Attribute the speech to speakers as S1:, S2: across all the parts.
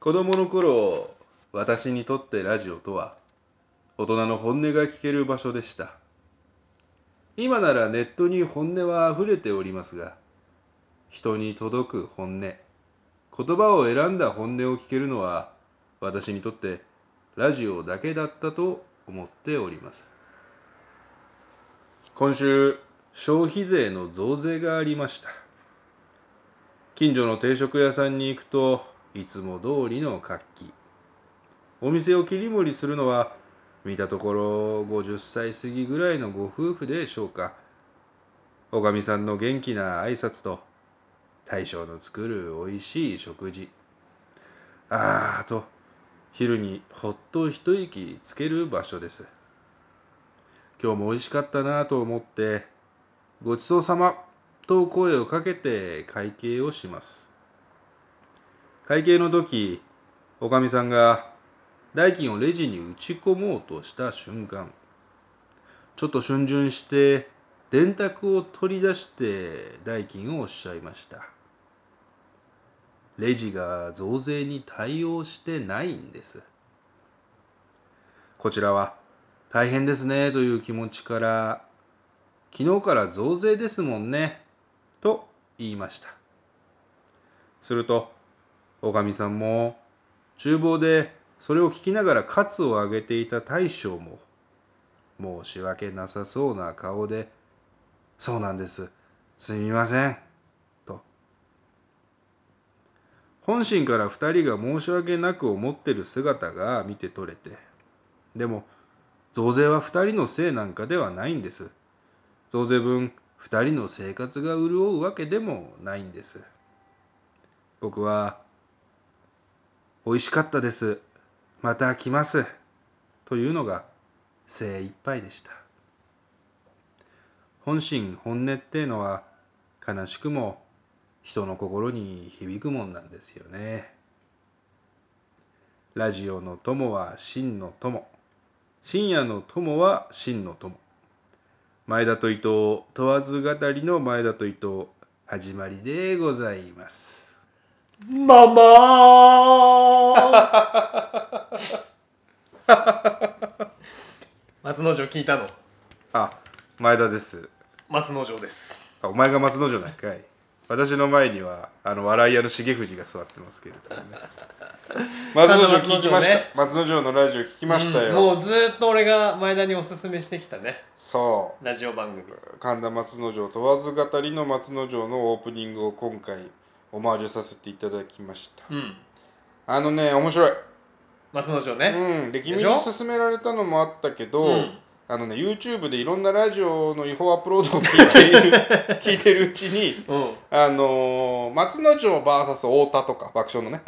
S1: 子供の頃私にとってラジオとは大人の本音が聞ける場所でした今ならネットに本音は溢れておりますが人に届く本音言葉を選んだ本音を聞けるのは私にとってラジオだけだったと思っております今週消費税の増税がありました近所の定食屋さんに行くといつも通りの活気お店を切り盛りするのは見たところ50歳過ぎぐらいのご夫婦でしょうかおかみさんの元気な挨拶と大将の作るおいしい食事ああと昼にほっと一息つける場所です今日も美味しかったなと思ってごちそうさまと声をかけて会計をします会計の時おかみさんが代金をレジに打ち込もうとした瞬間ちょっと逡巡して電卓を取り出して代金をおっしゃいましたレジが増税に対応してないんですこちらは大変ですねという気持ちから昨日から増税ですもんねと言いましたするとおかみさんも厨房でそれを聞きながらカツをあげていた大将も申し訳なさそうな顔で「そうなんですすみません」と本心から二人が申し訳なく思ってる姿が見て取れてでも増税は二人のせいなんかではないんです増税分二人の生活が潤うわけでもないんです僕は「美味しかったですまた来ます」というのが精一杯でした本心本音ってのは悲しくも人の心に響くもんなんですよねラジオの友は真の友深夜の友は真の友前田と伊藤問わず語りの前田と伊藤始まりでございます
S2: ママ松之丞聞いたの
S1: あ前田です
S2: 松之丞です
S1: あお前が松之丞なんかい私の前にはあの笑い屋の重藤が座ってますけれどもね松之丞聞きました松之丞のラジオ聞きましたよ、
S2: もうずーっと俺が前田におすすめしてきたね
S1: そう
S2: ラジオ番組
S1: 神田松之丞問わず語りの松之丞のオープニングを今回オマージュさせていただきました
S2: うん
S1: あのね面白い
S2: 松之丞ね
S1: うんで君に
S2: でしょ
S1: 勧められたのもあったけど、
S2: うん
S1: あのね YouTube でいろんなラジオの違法アップロードを聞いている聞いてるうちに
S2: うんうん
S1: あのー、松之丞 VS 太田とか爆笑のね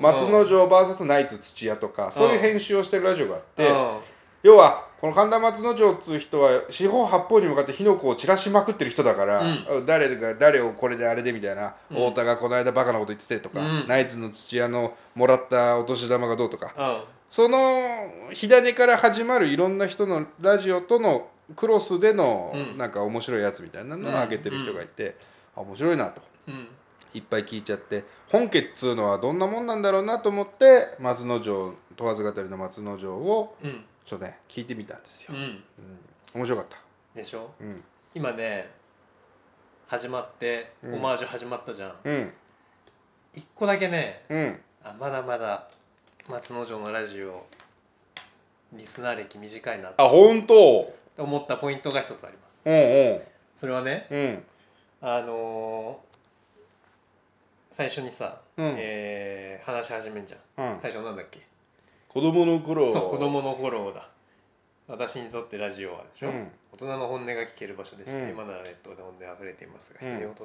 S1: 松
S2: うん
S1: 之丞 VS ナイツ土屋とかそういう編集をしてるラジオがあって、
S2: うん
S1: 要はこの神田松之丞っつう人は四方八方に向かって火の粉を散らしまくってる人だから、誰が誰をこれであれでみたいな、太田がこの間バカなこと言っててとか、
S2: うん
S1: ナイツの土屋のもらったお年玉がどうとか、
S2: うん
S1: その火種から始まるいろんな人のラジオとのクロスでの
S2: うん
S1: なんか面白いやつみたいなのを上げてる人がいて、あ面白いなと
S2: うん
S1: いっぱい聞いちゃって本家っつうのはどんなもんなんだろうなと思って松之丞問わず語りの松之丞を
S2: うん
S1: ちょっとね聞いてみたんですよ。
S2: うん
S1: 面白かった
S2: でしょ
S1: うん
S2: 今ね始まって
S1: うん
S2: オマージュ始まったじゃん
S1: うん
S2: 一個だけね
S1: うん
S2: あまだまだ松之丞のラジオリスナー歴短いな
S1: あ本当
S2: と思ったポイントが一つあります
S1: うんうん
S2: それはね
S1: うん
S2: あのー最初にさ、
S1: うん
S2: えー話し始めんじゃん
S1: うん
S2: 最初なんだっけ
S1: 子供の頃
S2: そう子供の頃だ私にとってラジオはでしょ、
S1: うん
S2: 大人の本音が聞ける場所でした、
S1: うん
S2: 今ならネットで本音あふれていますが
S1: うん
S2: 人にほど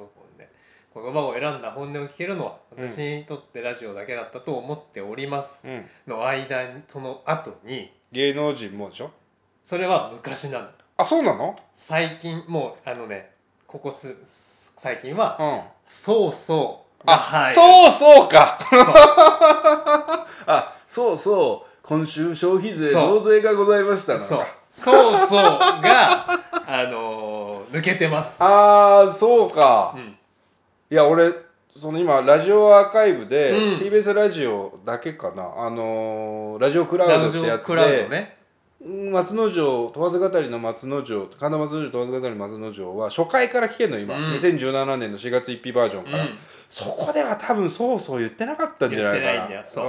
S2: 本音言葉を選んだ本音を聞けるのは
S1: うん
S2: 私にとってラジオだけだったと思っております、
S1: うん
S2: の間にその後に
S1: 芸能人もでしょ
S2: それは昔なの
S1: あそうなの
S2: 最近もうあのねここす最近は
S1: うん
S2: 「そうそう」が
S1: あ、
S2: 入る
S1: そうそう か
S2: そう
S1: あそうそう今週消費税
S2: そ
S1: 増
S2: う
S1: 税がございましたな
S2: そう そうそうがあのー抜けてます
S1: あーそうか
S2: う、ん
S1: いや俺その今ラジオアーカイブで、
S2: うん
S1: TBS ラジオだけかなあのーラジオクラウド
S2: ラ
S1: って
S2: ジ
S1: や
S2: オ
S1: つ
S2: クラウ
S1: で、
S2: ドね
S1: 松之丞問わず語りの松之丞神田松之丞問わず語りの松之丞は初回から聞けるの今、
S2: うん
S1: 2017年の4月1日バージョン
S2: う
S1: から、
S2: ん
S1: そこでは多分そうそう言ってなかったんじゃないかな
S2: 言ってないんだよそ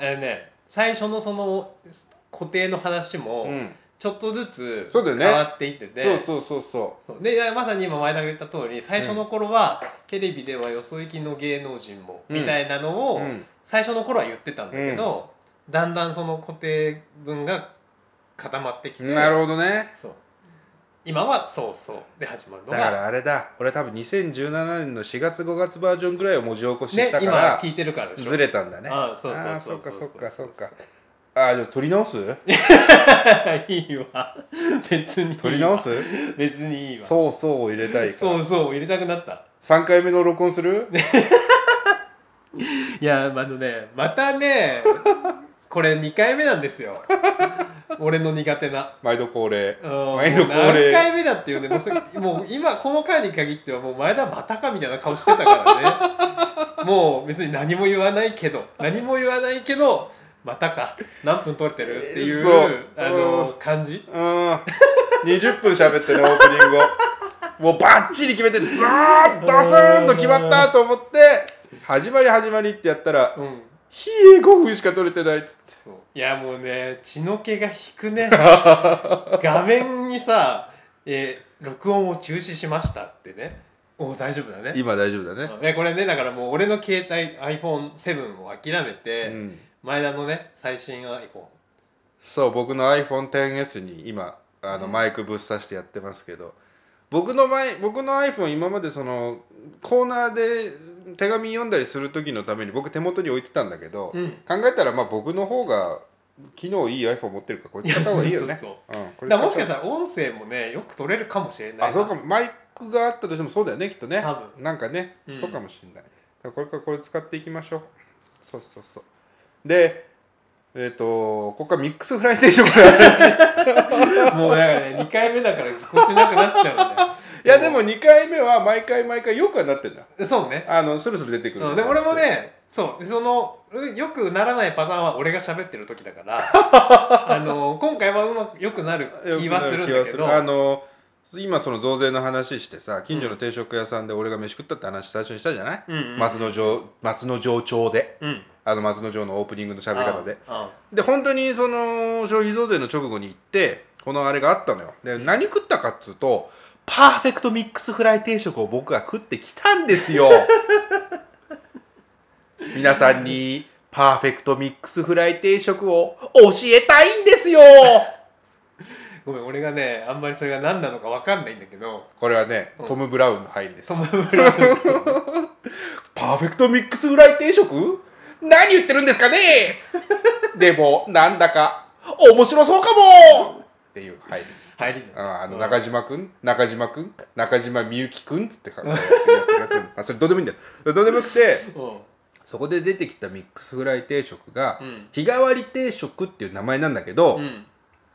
S2: あのね最初のその固定の話
S1: う
S2: も
S1: ん
S2: ちょっとずつ
S1: そうだよ
S2: 変
S1: ね
S2: わっていってて、
S1: そうそうそうそ
S2: そうでまさに今前田が言った通り最初の頃は、テレビではよそ行きの芸能人も、
S1: うん
S2: みたいなの
S1: う、
S2: を、
S1: うん、
S2: 最初の頃は言ってたんだけど、だんだんその固定文が固まってきて
S1: なるほどね
S2: そう今は「そうそう」で始まるの
S1: だか
S2: が、
S1: らあれだ俺多分2017年の4月5月バージョンぐらいを文字起こし
S2: ね
S1: したか
S2: 今
S1: ら、
S2: 聞いてるからでしょ
S1: ずれたんだね
S2: ああそう
S1: ああ
S2: そうそう
S1: そっかそっかそっかああじゃあ取り直 す
S2: いいわ別にいいわ
S1: 取り直す
S2: 別にいいわ
S1: そうそうを入れたいから
S2: そうそう入れたくなった
S1: 3回目の録音する
S2: いやあのねま たねこれ2回目なんですよ俺の苦手な
S1: 毎度恒例
S2: うんもう
S1: 毎度
S2: 何
S1: 恒例
S2: 回目だっていうねもうそれもう今この回に限ってはもう前田またかみたいな顔してたからね もう別に何も言わないけど何も言わないけどまたか何分撮れてるっていう
S1: そう
S2: あ
S1: うん
S2: の感じ
S1: うん20分喋ってねオープニングをもうバッチリ決めてザーッドスーンと決まったと思って始まり始まりってやったら
S2: うん
S1: 「ひえ5分しか取れてない」っつって
S2: そういやもうね血の気が引く ね画面にさ、えー録音を中止しました」ってねおう大丈夫だね
S1: 今大丈夫だね
S2: ねこれねだからもう俺の携帯 iPhone7 を諦めて、
S1: うん
S2: 前田のね最新 iPhone
S1: そう僕の iPhone10S に今あのマイクぶっ刺してやってますけど僕の前僕の iPhone 今までそのコーナーで手紙読んだりする時のために僕手元に置いてたんだけど、
S2: うん
S1: 考えたらまあ僕の方が機能いい iPhone 持ってるからこれ使った方がいいよね
S2: そうそう
S1: うんこれ
S2: だから
S1: 使
S2: も
S1: っ
S2: しかしたら音声もねよく取れるかもしれないな
S1: あそうかもマイクがあったとしてもそうだよねきっとね
S2: 多分
S1: なんかね、
S2: うん
S1: そうかもしれないだからこれからこれ使っていきましょうそうそうそうでえっ、とここからミックスフライ定食から
S2: もうだからね2回目だからぎこちなくなっちゃうんだよ
S1: いやでも2回目は毎回毎回よくはなってんだ
S2: そうね、
S1: あのスルスル出てくる、
S2: うん、で俺もねそうそのうよくならないパターンは俺が喋ってる時だから あの今回はうまくよくなる
S1: よくな
S2: 気はするんだ
S1: 気
S2: けど
S1: はするあの今その増税の話してさ近所の定食屋さんで俺が飯食ったって話最初にしたじゃない、
S2: うんうん
S1: 松之丞松之丞町で
S2: うん
S1: あの松之丞のオープニングの喋り方で
S2: あ
S1: で本当にその消費増税の直後に行ってこのあれがあったのよで何食ったかっつうとパーフェクトミックスフライ定食を僕が食ってきたんです よ皆さんにパーフェクトミックスフライ定食を教えたいんですよ
S2: ごめん俺がねあんまりそれが何なのかわかんないんだけど
S1: これはね、
S2: うん
S1: トム・ブラウンの入りです
S2: ト ム・ブラウン
S1: パーフェクトミックスフライ定食何言ってるんですかね でもなんだか面白そうかもっていう入りです
S2: 入りんだ
S1: ああの
S2: うん
S1: 中島くん、中島くん、中島みゆきくんっつって書くやつ あそれどうでもいいんだよどうでもよくて
S2: うん
S1: そこで出てきたミックスフライ定食が、
S2: うん
S1: 日替わり定食っていう名前なんだけど、
S2: うん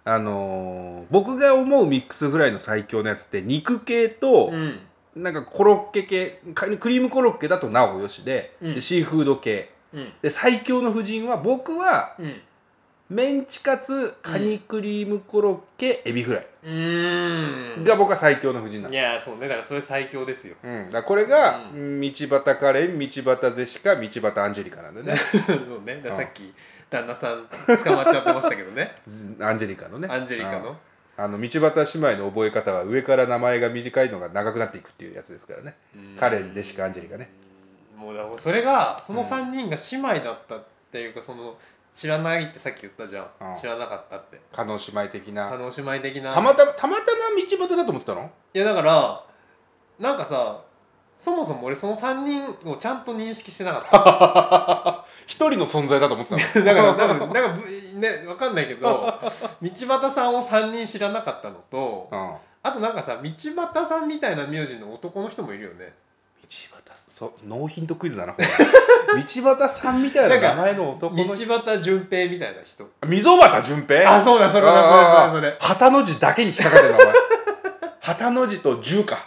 S1: あのー僕が思うミックスフライの最強のやつって肉系と
S2: う、ん
S1: なんかコロッケ系かクリームコロッケだとなおよしで,で、
S2: うん
S1: シーフード系
S2: うん
S1: で最強の夫人は僕は
S2: うん
S1: メンチカツカニクリームコロッケ、エビフライ
S2: うーん
S1: が僕は最強の夫人なん
S2: いやそうねだからそれ最強ですよ
S1: うん、だからこれが、
S2: う
S1: 道端カレン道端ゼシカ道端アンジェリカなんだね
S2: そうねだからさっき旦那さん捕まっちゃってましたけど ね
S1: ずアンジェリカのね
S2: アンジェリカの
S1: あの道端姉妹の覚え方は上から名前が短いのが長くなっていくっていうやつですからねカレンゼシカアンジェリカね
S2: もうだからそれがその3人が姉妹だったっていうかその知らないってさっき言ったじゃ
S1: うん
S2: ん知らなかったって
S1: 加納姉妹的
S2: あ
S1: な
S2: の姉妹的な
S1: たまたまたまたま道端だと思ってたの
S2: いやだからなんかさそもそも俺その3人をちゃんと認識してなかった
S1: 一人の存在だと思ってたの
S2: だから多分なんかぶねわかんないけど 道端さんを3人知らなかったのと
S1: うん
S2: あとなんかさ道端さんみたいな名字の男の人もいるよね
S1: 道端そうノーヒントクイズだなこれ道端さんみたいな名前の
S2: 道
S1: 男の人
S2: 端淳平みたいな人
S1: 溝端淳平
S2: あそうだそれだ
S1: あー
S2: それだそれだ
S1: 旗の字だけに引っかかってるのお前旗の字と十か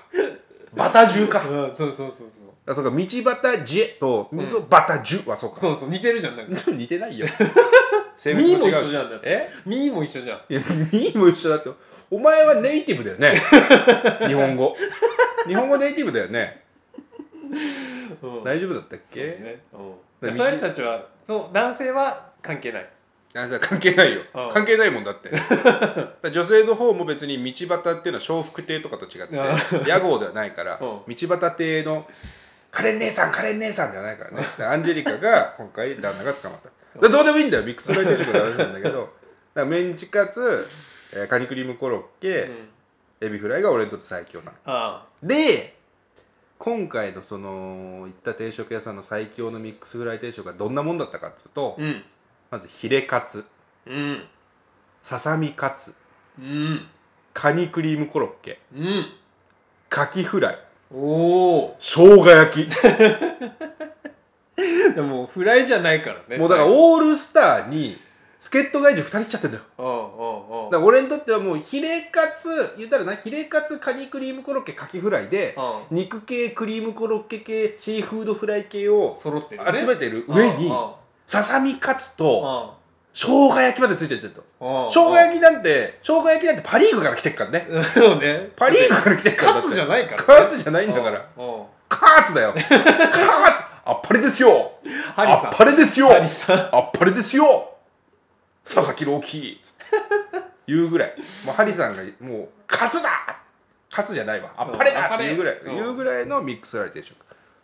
S1: バタ十か
S2: それうんそうそうそうそう
S1: あそうか道端ジェと溝端ジュはそうか、
S2: そうそう似てるじゃんなんか
S1: 似てないよ
S2: ミ
S1: 性別
S2: ーも
S1: 違う
S2: 一
S1: し
S2: 緒じゃんだって
S1: え
S2: ミーも一緒じゃん
S1: いやミーも一緒だってお前はネイティブだよ ね日本語日本語ネイティブだよね
S2: うん
S1: 大丈夫だったっ
S2: そう
S1: け、
S2: ね
S1: だ
S2: うん
S1: から
S2: そういう人たちはそう男性は関係ない
S1: あそれ関係ないよ、
S2: うん
S1: 関係ないもんだってだ から女性の方も別に道端っていうのは笑福亭とかと違って
S2: あ
S1: 屋号ではないから、
S2: う
S1: 道端亭のカレン姉さんカレン姉さんではないからねだからアンジェリカが今回旦那が捕まっただからどうでもいいんだよビッグスライ定食の話なんだけどだからメンチカツ、えーカニクリームコロッケ、
S2: うん
S1: エビフライが俺にとって最強なの
S2: あ
S1: で今回のその行った定食屋さんの最強のミックスフライ定食がどんなもんだったかっつうと、
S2: あうん
S1: まずヒレカツ
S2: うん
S1: ささみカツ
S2: うん
S1: カニクリームコロッケ
S2: うん
S1: カキフライ
S2: おお
S1: 生姜焼き
S2: でもフライじゃないからね
S1: もうだからオールスターに助っ人外人2人来ちゃってんだよ
S2: おお
S1: だ
S2: う
S1: から俺にとってはもうヒレカツ言ったらなヒレカツカニクリームコロッケカキフライで
S2: おう
S1: 肉系クリームコロッケ系シーフードフライ系を
S2: 揃ってるね
S1: 集めてる上に
S2: あ
S1: ささみカツと
S2: あ
S1: 生姜焼きまでついちゃってると
S2: ああ
S1: 生姜焼きなんて生姜焼きなんてパ・リーグから来てっからね
S2: きそうね
S1: パ・リーグから来てっからだ
S2: カ
S1: って
S2: ツじゃないから
S1: カツじゃないんだから
S2: うんうん
S1: カーツだよカーツあっぱれですよ
S2: ハリ
S1: あ
S2: さん
S1: っぱれですよ
S2: ハリさん
S1: あっぱれですよ佐々木朗希つって言うぐらいもうハリさんがもう「勝つだ勝つじゃないわあっぱれ
S2: うんあ
S1: だ!」
S2: っぱ
S1: って
S2: れ
S1: 言うぐらい
S2: うん
S1: 言うぐらいのミックスライ定食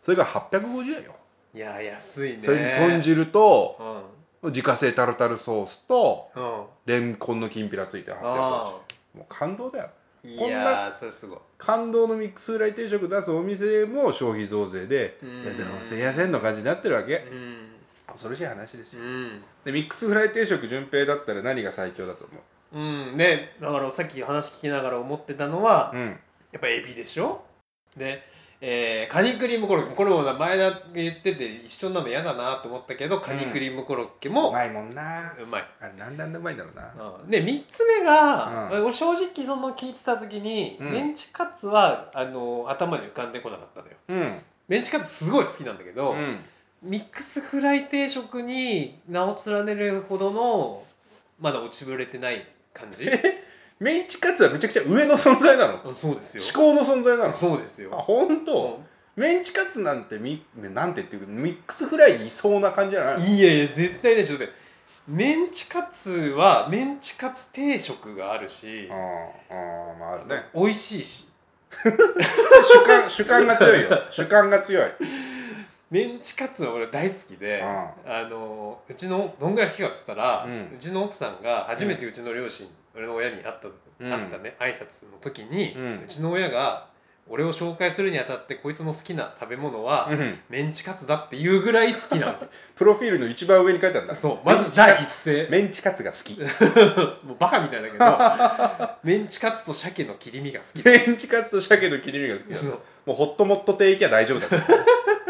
S1: それが850円よ
S2: いや安いね
S1: それに豚汁と
S2: うん
S1: 自家製タルタルソースと
S2: うん
S1: レンコンのきんぴらついて850
S2: あ
S1: 円もう感動だよ
S2: あ
S1: こんない
S2: やーそれすごい
S1: 感動のミックスライ定食出すお店も消費増税で
S2: うん
S1: いやでも1000円1000の感じになってるわけ
S2: うん
S1: 恐ろしい話ですよ
S2: うん
S1: でミックスフライ定食順平だったら何が最強だと思
S2: うんねだからさっき話聞きながら思ってたのは
S1: ううん
S2: やっぱエビでしょで、えーカニクリームコロッケこれもな前だけ言ってて一緒なの嫌だなと思ったけどカニクリームコロッケ
S1: う
S2: も
S1: まいもんな
S2: うまい、
S1: あれ何段でうまいんだろうな
S2: うんで3つ目が、
S1: う
S2: 俺正直その聞いてた時に、
S1: うん
S2: メンチカツはあの頭に浮かんでこなかったのよ
S1: うん
S2: メンチカツすごい好きなんだけど、
S1: うん
S2: ミックスフライ定食に名を連ねるほどのまだ落ちぶれてない感じ
S1: メンチカツはめちゃくちゃ上の存在なの
S2: うん そうですよ
S1: 至高の存在なの
S2: そうです
S1: あ
S2: よ
S1: 本当。メンチカツなんてみなんてっていうかミックスフライにいそうな感じじゃない
S2: いやいや絶対でしょでメンチカツはメンチカツ定食があるし
S1: ああああまああるね
S2: 美味しいし
S1: 主観主観が強 いよ主観が強い
S2: メンチカツは俺大好きで、
S1: う
S2: あのうちのどんぐらい好きかっつったら、
S1: う
S2: うんちの奥さんが初めてうちの両親、俺の親に会った,、
S1: うん
S2: 会ったね挨拶の時に、
S1: う
S2: うんちの親が俺を紹介するにあたってこいつの好きな食べ物は、
S1: うん
S2: メンチカツだっていうぐらい好きなんだ
S1: プロフィールの一番上に書いてある んだ
S2: そうまず第一声
S1: メンチカツが好 き
S2: もうバカみたいだけど メンチカツと鮭の切り身が好きで
S1: メンチカツと鮭の切り身が好きな
S2: そ
S1: の
S2: う
S1: もうホットモット定義は大丈夫だから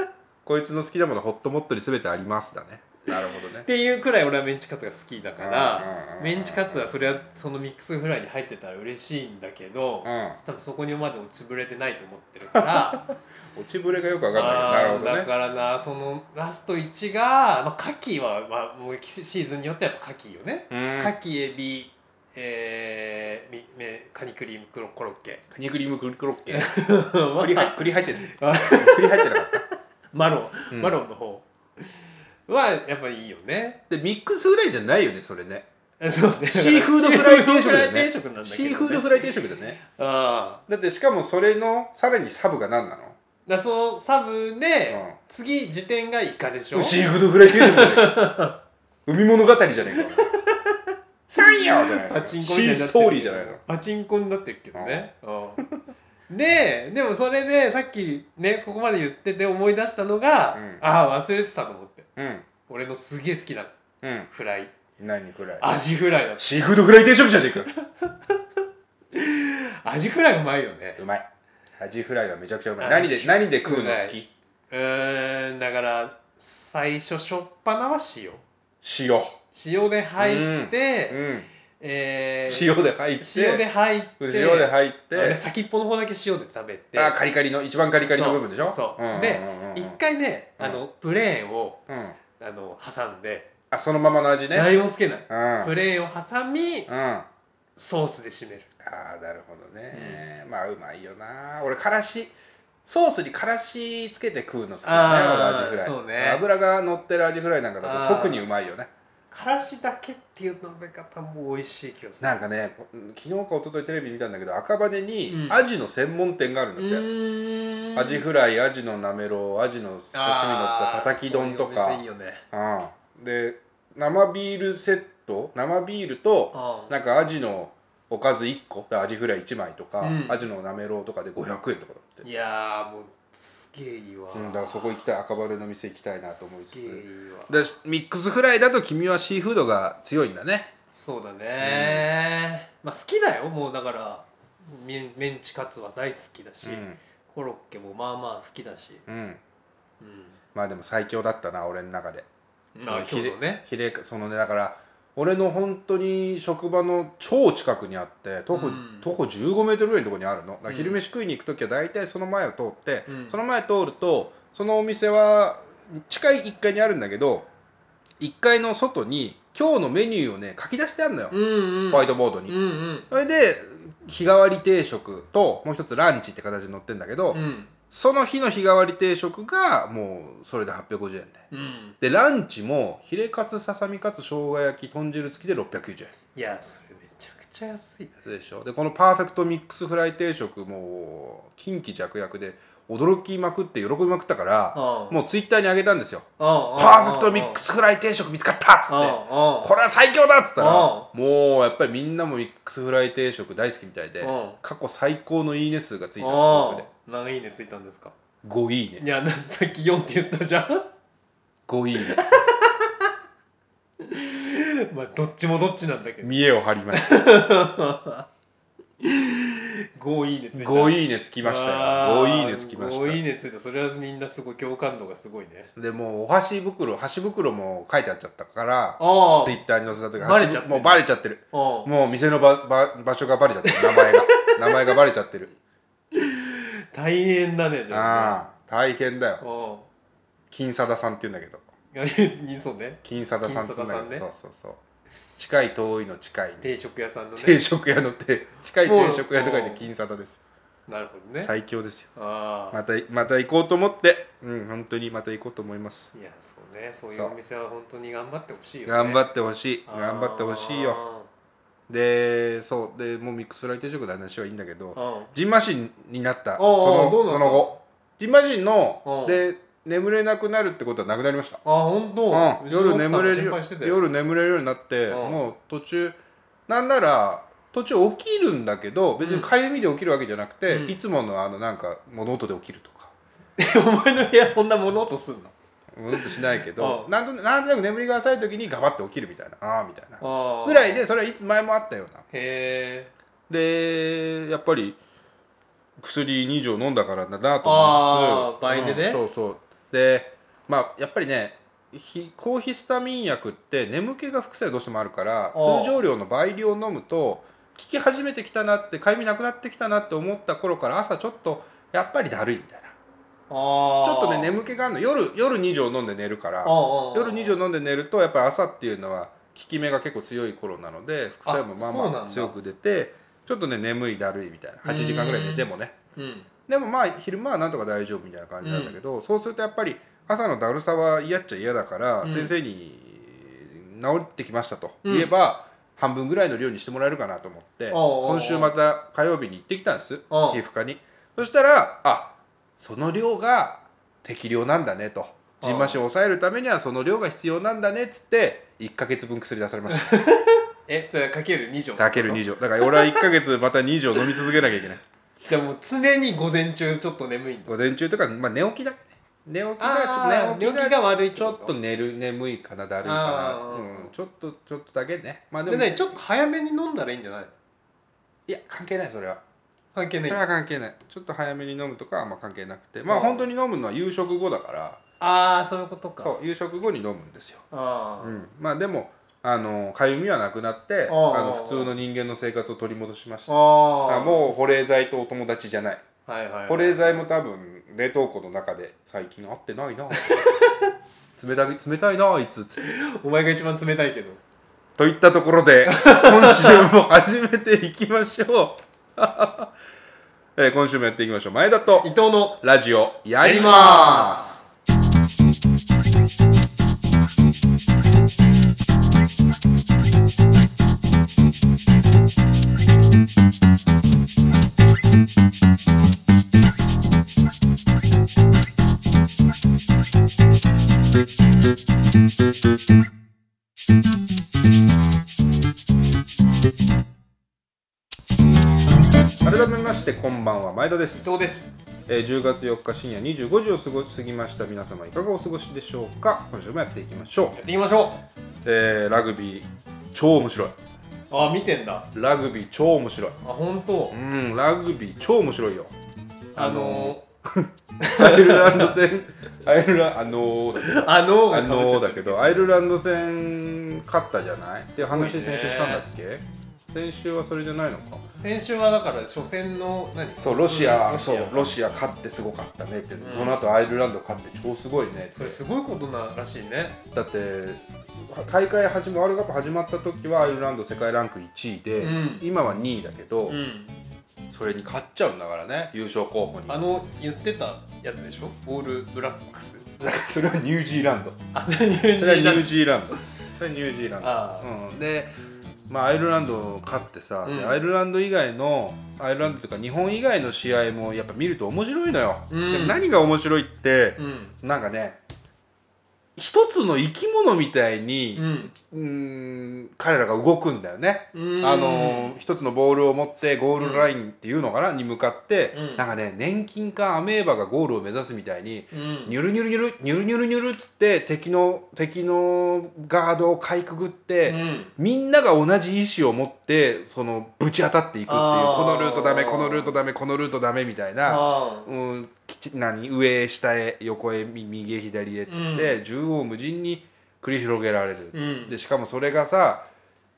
S1: こいつの好きなものホットモットに全てありますだねなるほどね
S2: っていうくらい俺はメンチカツが好きだか
S1: うんうんうんう
S2: ら
S1: ん
S2: メンチカツはそれはそのミックスフライに入ってたら嬉しいんだけど
S1: う
S2: 多分そこにまで落ちぶれてないと思ってる から
S1: ん落ちぶれがよくわかんないけ
S2: あ
S1: ど
S2: ー
S1: なる
S2: だ
S1: ほどね
S2: からなそのラスト1がまあ牡蠣は、まあ、もうシーズンによってはやっぱ牡蠣よね
S1: うーん
S2: 牡蠣エビえーみめカニクリームクロコロッ ケ
S1: カニクリームクリコロッケ
S2: ま
S1: 栗入
S2: あ
S1: っ栗入ってる
S2: あ
S1: 栗入ってなかった
S2: マロン、
S1: うん
S2: マロンの方はやっぱいいよね
S1: でミックスフライじゃないよねそれね
S2: そうね
S1: シーフードフライ定食
S2: シ
S1: だよね
S2: ーフードフライ定食なんだけどね
S1: シーフードフライ定食だね
S2: ああ
S1: だってしかもそれのさらにサブが何なの
S2: だからそのサブ
S1: う
S2: で、
S1: ん
S2: 次時点がイカでしょ
S1: シーフードフライ定食じゃねえか海物語じゃねえかサンじゃない
S2: パ
S1: の
S2: チ
S1: シ
S2: ンコみたいになってる
S1: ーストーリーじゃないの
S2: パチンコになってるけどね、うんででもそれでさっきねそこまで言ってて思い出したのが、
S1: うん
S2: ああ忘れてたと思って
S1: うん
S2: 俺のすげえ好きな
S1: うん
S2: フライ
S1: 何フライ
S2: アジフライだ
S1: シーフードフライ定食じゃねえか
S2: アジフライうまいよね
S1: うまいアジフライはめちゃくちゃうまい
S2: あ
S1: 何で
S2: シー
S1: 何で食うの好き
S2: うーんだから最初しょっぱなは塩
S1: 塩
S2: 塩で入って、
S1: うん
S2: えー、
S1: 塩で入って
S2: 塩で入って
S1: 塩で入っ
S2: あれ
S1: て
S2: 先っぽの方だけ塩で食べて
S1: あカリカリの一番カリカリの部分でしょ
S2: そうそう
S1: うんうんうんうん
S2: で一回ねあのプレーンを
S1: うん
S2: あの挟んで
S1: あそのままの味ね
S2: 何もつけない
S1: うん
S2: プレーンを挟み
S1: うんあ
S2: ソースで締める
S1: あなるほどねまあうまいよな俺からしソースにからしつけて食うの好きだね
S2: あー
S1: 俺アジフライ
S2: そうね
S1: 油が乗ってるアジフライなんかだ
S2: あ
S1: と
S2: ー
S1: 特にうまいよね
S2: からしだけっていう食べ方も美味しい気がする
S1: なんかね昨日か一昨日テレビ見たんだけど赤羽に
S2: うん
S1: アジの専門店があるんだ
S2: う
S1: って、
S2: ーん
S1: アジフライアジのなめろうアジの刺身乗ったたたき丼とか
S2: あーそういうお店いいよね
S1: うん、で生ビールセット生ビールと
S2: あ
S1: なんかアジのおかず1個アジフライ1枚とか、
S2: うん
S1: アジのなめろうとかで500円とかだって、
S2: いやーもうすげえいいわ、
S1: うん、だからそこ行きたい赤羽の店行きたいなと思いつ
S2: すげえい
S1: つ
S2: いわ
S1: でミックスフライだと君はシーフードが強いんだね
S2: そうだね、まあ好きだよもうだからメンメンチカツは大好きだし、コロッケもまあまあ好きだし、
S1: うん、うん、
S2: うん、
S1: まあでも最強だったな俺の中で
S2: まあ今日のね
S1: ひれそのねだから俺の本当に職場の超近くにあって徒歩,、
S2: うん
S1: 徒歩1 5メートルぐらいのところにあるのだから
S2: うん
S1: 昼飯食いに行く時は大体その前を通って、
S2: うん
S1: その前通るとそのお店は近い1階にあるんだけど1階の外に今日のメニューをね書き出してあるのよ、
S2: うんうん
S1: ホワイトボードに、
S2: うんうん
S1: それで日替わり定食ともう一つランチって形に載ってんだけど、
S2: うん
S1: その日の日替わり定食がもうそれで850円で
S2: うん
S1: でランチもヒレカツささみカツ生姜焼き豚汁付きで690
S2: いやそれめちゃくちゃ安い
S1: 円でしょでこのパーフェクトミックスフライ定食もう近畿弱役で驚きまくって喜びまくったから
S2: あ
S1: もうツイッターにあげたんですよ「パ
S2: パ
S1: ーフェクトミックスフライ定食見つかった!」っつ
S2: あ
S1: って「
S2: あ
S1: これは最強だ!」っつったら
S2: うん
S1: もうやっぱりみんなもミックスフライ定食大好きみたいで
S2: うん
S1: 過去最高の「いいね」数がついたんです
S2: あ
S1: 僕で
S2: あなんかいいねついたんですか
S1: 5いいね
S2: いやなさっき4って言ったじゃん
S1: 5いいね
S2: まあどっちもどっちなんだけど
S1: 見栄を張りま した
S2: 5いいねついた
S1: 5
S2: い
S1: いいねつきましたよ
S2: ああ
S1: 5いいねつきました
S2: 5いいねついたそれはみんなすごい共感度がすごいね
S1: でもうお箸袋箸袋も書いてあっちゃったから
S2: ああ
S1: ツイッターに載せた時
S2: バレちゃってる
S1: もうバレちゃってる
S2: ああ
S1: もう店のばば場所がバレちゃってる名前 が名前がバレちゃってる
S2: 大変だねじゃあね
S1: ああ大変だ
S2: あ
S1: よ
S2: あ
S1: 金貞さんって言うんだけど
S2: いやいそうね
S1: 金貞さんって言うんだけど、
S2: 金貞さ
S1: そうそ
S2: んね
S1: うそう近い遠いの近いね
S2: 定食屋さんの
S1: 定
S2: ね
S1: 食屋の定近い定食屋とかで金貞です
S2: なるほどね
S1: 最強ですよ
S2: ああ
S1: またまた行こうと思ってうん本当にまた行こうと思います
S2: いやそうねそうい
S1: そう
S2: うお店は本当に頑張ってほしいよね
S1: 頑張ってほしい
S2: あー
S1: 頑張ってほしいよでそうでもうミックスフライ定食の話はいいんだけど
S2: うん
S1: ジンマシンになったそ
S2: おうおう
S1: の
S2: どうなった
S1: その後ジンマシンの
S2: うん
S1: で眠れなくなるってことはなくなりました、
S2: あ本当、
S1: うん、夜
S2: うちの
S1: 眠
S2: 奥
S1: れ
S2: さん
S1: る
S2: も
S1: よ
S2: 心配してたよ
S1: 夜眠れるようになって、
S2: うん
S1: もう途中なんなら途中起きるんだけど別にかゆみで起きるわけじゃなくて、
S2: うん
S1: いつものあのなんか物音で起きるとか
S2: お前の部屋そんな物音すんの
S1: 物音しないけど、
S2: うん
S1: なんとなんとなく眠りが浅い時にガバッて起きるみたいなああみたいな
S2: あー
S1: ぐらいでそれはい前もあったような
S2: へえ
S1: でやっぱり薬2錠飲んだからだなと
S2: あ
S1: 思いつつ
S2: ー倍でね
S1: うんそうそうでまあやっぱりねひ抗ヒスタミン薬って眠気が副作用どうしてもあるから
S2: あー
S1: 通常量の倍量飲むと効き始めてきたなってかゆみなくなってきたなって思った頃から朝ちょっとやっぱりだるいみたいな
S2: ああ
S1: ちょっとね眠気があるの夜夜2錠飲んで寝るから夜2錠飲んで寝るとやっぱり朝っていうのは効き目が結構強い頃なので副作用もまあ
S2: あそうな
S1: ま
S2: ん
S1: あ
S2: だ
S1: 強く出てちょっとね眠いだるいみたいな8時間ぐらい寝てもね
S2: うん
S1: でもまあ昼間はなんとか大丈夫みたいな感じなんだけど、そうするとやっぱり朝のだるさは嫌っちゃ嫌だから、
S2: うん
S1: 先生に治ってきましたと
S2: うん
S1: 言えば、半分ぐらいの量にしてもらえるかなと思って
S2: おうおうおう
S1: 今週また火曜日に行ってきたんです皮
S2: おう
S1: 膚科にそしたらあその量が適量なんだねと
S2: おう
S1: じんましんを抑えるためにはその量が必要なんだねっつって1ヶ月分薬出されました
S2: えそれかける2錠
S1: かける2錠だから俺は1ヶ月また2錠飲み続けなきゃいけない
S2: じゃあもう常に午前中ちょっと眠いんだ
S1: 午前中とか、まあ、寝起きだけね寝起きがちょ
S2: あ
S1: っと
S2: ー
S1: 寝起き
S2: 寝
S1: が
S2: 起きが悪いて
S1: ちょ
S2: こ
S1: っと寝る眠いかなだるい
S2: あ
S1: かな、
S2: ー
S1: うん、ちょっとちょっとだけねまあで
S2: で
S1: も
S2: ねちょっと早めに飲んだらいいんじゃないの
S1: いや関係ないそれは
S2: 関係
S1: そ
S2: ない
S1: れは関係ないちょっと早めに飲むとかはあんま関係なくてまあ
S2: うん
S1: 本当に飲むのは夕食後だから
S2: ああそういうことか
S1: そう夕食後に飲むんですよ、
S2: あ
S1: うん、まあでもあのかゆみはなくなってあ
S2: あー
S1: の普通の人間の生活を取り戻しました
S2: あ
S1: あ
S2: あも
S1: もう保冷剤とお友達じゃない、
S2: うはいはいはい
S1: 保冷剤も多分冷凍庫の中で最近合ってないな 冷たい冷たいなあいつつって
S2: お前が一番冷たいけど
S1: といったところで 今週も始めていきましょ う、えー今週もやっていきましょう前田と
S2: 伊藤の
S1: ラジオや
S2: や
S1: り
S2: り
S1: ま
S2: ますす
S1: 改めましてこんばんは前田です
S2: 伊藤です
S1: えー10月4日深夜25時を過ご過ぎました皆様いかがお過ごしでしょうか今週もやっていきましょ
S2: やっていきまし
S1: う、
S2: ょ
S1: えーラグビー超面白いう
S2: あ見てんだ
S1: ラグビー超面白い
S2: あ本当
S1: うんラグビー超面白いよ
S2: あの
S1: アイルランド戦アイルランあのー、
S2: ー、あの
S1: あ
S2: ーが被っちゃ
S1: の
S2: っ
S1: ー
S2: て
S1: だけどアイルランド戦勝ったじゃないっていう話
S2: すごい
S1: 先
S2: ね
S1: 週したんだっけ、先週はそれじゃないのか
S2: 先週はだから初戦の何
S1: そうロシア
S2: ロシ
S1: そうロシア勝ってすごかったねって、その後アイルランド勝って超すごいねって
S2: それすごいことならしいね
S1: だって大会始まワールドカップ始まった時はアイルランド世界ランク1位で、
S2: うん
S1: 今は2位だけど、
S2: うん
S1: それに勝っちゃうんだからね優勝候補に
S2: あの言ってたやつでしょオールブラックス
S1: だからそれはニュージーランド
S2: あそれニュージ
S1: それは
S2: ー
S1: ニ
S2: ラン
S1: ュ
S2: ド
S1: ージーランドそれはニュージーランド
S2: ああ
S1: うん、で、まあ、アイルランド勝ってさ、で
S2: うん
S1: アイルランド以外のアイルランドというか日本以外の試合もやっぱ見ると面白いのよ、
S2: うん
S1: でも何が面白いって
S2: う、ん
S1: なんかね一つの生き物みたいに、
S2: うん
S1: うーん彼らが動くんだよね。
S2: う
S1: あ
S2: ーん
S1: のー一つのボールを持ってゴールラインっていうのかな、に向かって、
S2: うん
S1: なんかね年金かアメーバがゴールを目指すみたいに、
S2: うん
S1: ニュルニュルニュルニュルニュルニュルっつって敵の敵のガードをかいくぐって、
S2: うん
S1: みんなが同じ意志を持ってそのぶち当たっていくっていうこ
S2: あー
S1: のルートダメこのルートダメこのルートダメみたいな
S2: あ
S1: うん、きち何上へ下へ横へみ右へ左へっつって、縦横無尽に繰り広げられる、
S2: うん
S1: でしかもそれがさ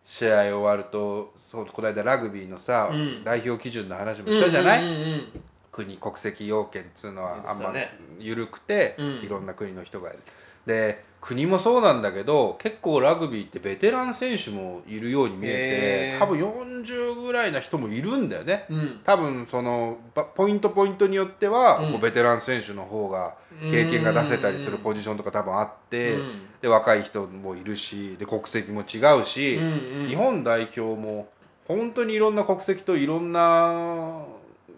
S1: 試合終わるとそうこの間ラグビーのさ、
S2: うん
S1: 代表基準の話も
S2: ー
S1: したじゃない、
S2: うんうん
S1: 国国籍要件っつうのはあんま
S2: そうだね
S1: 緩くて、
S2: うん
S1: いろんな国の人がいる。で国もそうなんだけど結構ラグビーってベテラン選手もいるように見えて
S2: へー
S1: 多分40ぐらいな人もいるんだよね。
S2: うんうん
S1: 多分そのばポイントポイントによっては、
S2: うん
S1: こうベテラン選手の方が経験が出せたりするポジションとか多分あって、
S2: うん
S1: で若い人もいるしで国籍も違うし、
S2: うんうん
S1: 日本代表も本当にいろんな国籍といろんな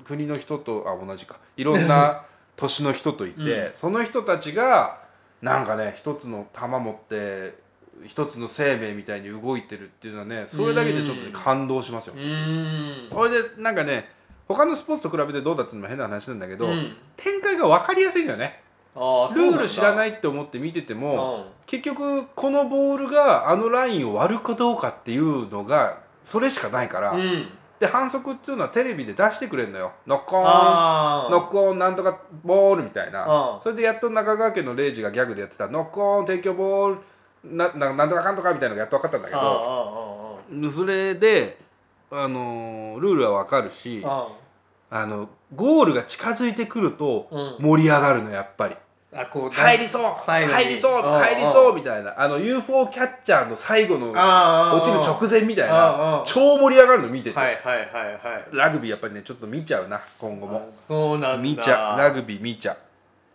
S1: 国の人とあ同じかいろん な年の人といて、
S2: うん
S1: その人たちがなんかね一つの玉持って一つの生命みたいに動いてるっていうのはねそれだけでちょっとね
S2: うん
S1: 感動しますよ
S2: う。ーん
S1: それでなんかね他のスポーツと比べてどうだっていうのも変な話なんだけど、
S2: うん
S1: 展開が分かりやすいんだよね
S2: あ
S1: ルール知らないいって思って見てて
S2: うん
S1: も結局このボールがあのラインを割るかどうかっていうのがそれしかないから、
S2: うん
S1: で反則っていうのはテレビで出してくれるのよノックオン
S2: あー
S1: ノックオンなんとかボールみたいな
S2: あー
S1: それでやっと中川家のレイジがギャグでやってたノックオン提供ボールなななんとかかんとかみたいなのがやっと分かったんだけ
S2: あーあ
S1: どそれで、あのールールは分かるし
S2: ーあーあ
S1: あのゴールが近づいてくると
S2: うん
S1: 盛り上がるのやっぱり、
S2: ーあこう
S1: 入りそう
S2: サイドに
S1: 入りそう
S2: ああ
S1: 入りそうみたいなあの UFO キャッチャーの最後の落
S2: あーあー
S1: ちる直前みたい
S2: ああ
S1: な
S2: あ
S1: 超盛り上がるの見てて、
S2: はいはいはいはい
S1: ラグビーやっぱりねちょっと見ちゃうな今後も
S2: あそうなんだ
S1: 見ちゃうラグビー見ちゃ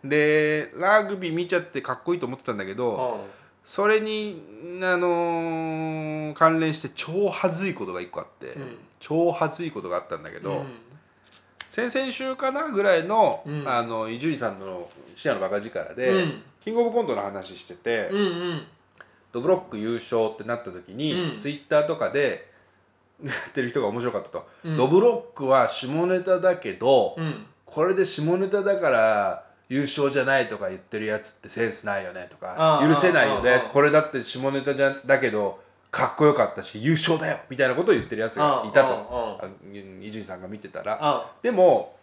S1: うでラグビー見ちゃってかっこいいと思ってたんだけど、
S2: う
S1: それに、あのー関連して超恥ずいことが一個あって、
S2: うん
S1: 超恥ずいことがあったんだけ
S2: ん
S1: ど、
S2: うん
S1: 先々週かなぐらいの
S2: うん
S1: あの伊集院さんの「深夜のバカ力で」
S2: うん
S1: キングオブコントの話してて、
S2: うんうん
S1: ドブロック優勝ってなった時に、
S2: うん
S1: ツイッターとかでやってる人が面白かったと、
S2: うん
S1: ドブロックは下ネタだけど、
S2: うん
S1: これで下ネタだから優勝じゃないとか言ってるやつってセンスないよねとか
S2: ああ
S1: 許せないよ
S2: ああ
S1: ね
S2: ああ
S1: これだって下ネタじゃだけどかっこよかったし優勝だよみたいなことを言ってるやつがいたと
S2: あああ
S1: あ伊集院さんが見てたら
S2: あ
S1: でも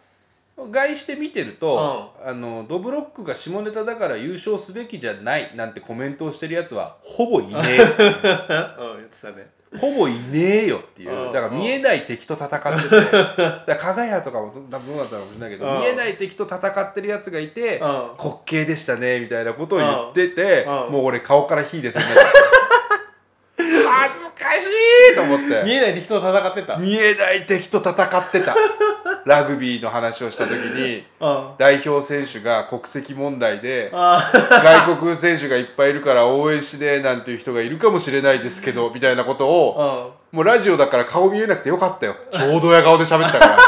S1: 外して見てると、あのドブロックが下ネタだから優勝すべきじゃないなんてコメントをしてるやつはほぼいね
S2: うん言ってたね
S1: えほぼいねえよっていう
S2: うん
S1: だから見えない敵と戦って てだから加賀谷とかも多分どうだったかもしれないけど
S2: うん
S1: 見えない敵と戦ってるやつがいて
S2: うん
S1: 滑稽でしたねみたいなことを言ってて
S2: うんうん
S1: もう俺顔から火出そうになっちゃった 恥ずかしいと思って
S2: 見えない敵と戦ってたうん
S1: 見えない敵と戦ってたラグビーの話をした時に
S2: あ
S1: 代表選手が国籍問題で
S2: あ
S1: 外国選手がいっぱいいるから応援しねえなんていう人がいるかもしれないですけどみたいなこと
S2: う
S1: を
S2: ん
S1: もうラジオだから顔見えなくてよかったよちょうどや顔で喋ったから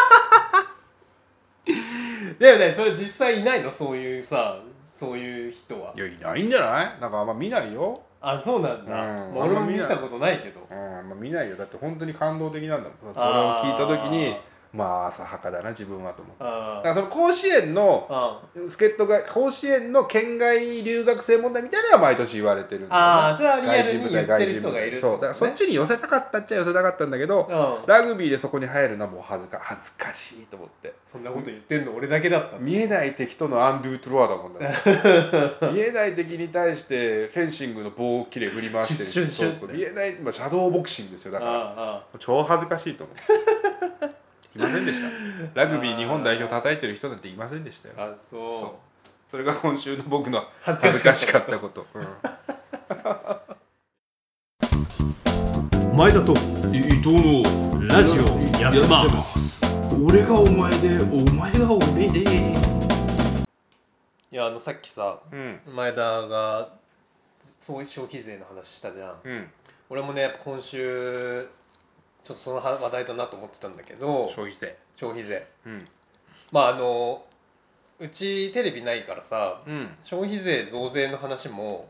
S2: だよねそれ実際いないのそういうさそういう人はい
S1: や いないんじゃないなんかあんま見ないよ
S2: あそうなんだ、
S1: うん
S2: まあ、俺も見たことないけど
S1: うんあんま見ないよだって本当に感動的なんだもんそれを
S2: あ
S1: 聞い
S2: ー
S1: た時にまあ浅はかだな自分はと思って
S2: あ
S1: だからその甲子園の
S2: あ
S1: 助っ人が甲子園の県外留学生問題みたいなのは毎年言われてるんだよね
S2: あーそれはリア
S1: 外
S2: ル
S1: 人
S2: に
S1: 部
S2: 言
S1: 隊外
S2: って
S1: 人
S2: る人
S1: 部
S2: がいる
S1: 隊そうだからそっちに寄せたかったっちゃ寄せたかったんだけど
S2: うん
S1: ラグビーでそこに入るのはもう恥ずか恥ずかしいと思って
S2: そんなこと言ってんの俺だけだった
S1: 見えない敵とのアンドゥトロワだもんだって 見えない敵に対してフェンシングの棒をきれい振り回してる
S2: シュッシ
S1: そ
S2: ュッ
S1: う
S2: シュッ
S1: そう見えない、まあ、シャドーボクシングですよだから
S2: あ
S1: 超恥ずかしいと 思ういませんでしたラグビー日本代表叩いてる人なんていませんでしたよ
S2: あああ
S1: そう
S2: そ
S1: それが今週の僕の
S2: 恥
S1: 恥
S2: ず
S1: ず
S2: か
S1: か
S2: し
S1: し
S2: か
S1: か
S2: っ
S1: ったたこと、
S3: 前田と
S1: 伊藤の
S3: ラジオやってます俺がお前でお前が俺で
S2: ういやあのさっきさ
S1: うん
S2: 前田がそう消費税の話したじゃん
S1: うん
S2: 俺もねやっぱ今週ちょっとその話題だなと思ってたんだけど
S1: 消費税
S2: 消費税
S1: うん
S2: まああのうちテレビないからさ
S1: うん
S2: 消費税増税の話も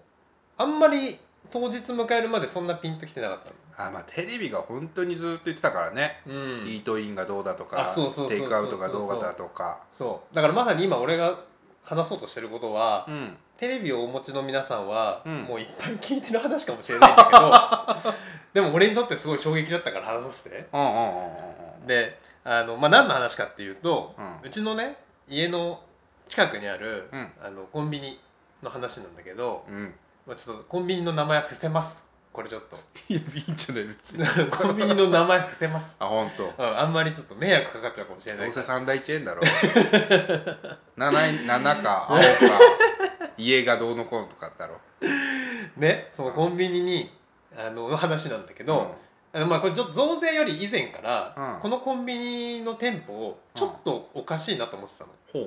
S2: あんまり当日迎えるまでそんなピンときてなかったの
S1: あまあテレビが本当にずっと言ってたからね、
S2: うん
S1: イートインがどうだとか
S2: あそうそうそうそう
S1: テイクアウトがどうだとか
S2: そうだからまさに今俺が話そうとしてることは、
S1: うん
S2: テレビをお持ちの皆さんは、
S1: うん
S2: もういっぱい聞いてる話かもしれないんだ けどでも俺にとってすごい衝撃だったから話させて
S1: うんうんうんうん
S2: であの、まあ、何の話かっていうと、
S1: うん
S2: うちのね家の近くにある、
S1: うん
S2: あのコンビニの話なんだけど、
S1: うんうん
S2: まあ、ちょっとコンビニの名前は伏せますこれちょっと
S1: いやいいんじゃない別に
S2: コンビニの名前伏せます、
S1: あ本当。
S2: うん、あんまりちょっと迷惑かかっちゃうかもしれな
S1: ど
S2: いうか
S1: せ
S2: ら
S1: 三大チェーンだろ 七い七か青か家がどうのこうのとかだろ
S2: ねそのコンビニにあのの話なんだけど、あのまあこれちょっと増税より以前から、
S1: うん
S2: このコンビニの店舗をちょっとおかしいなと思ってたの。
S1: うん、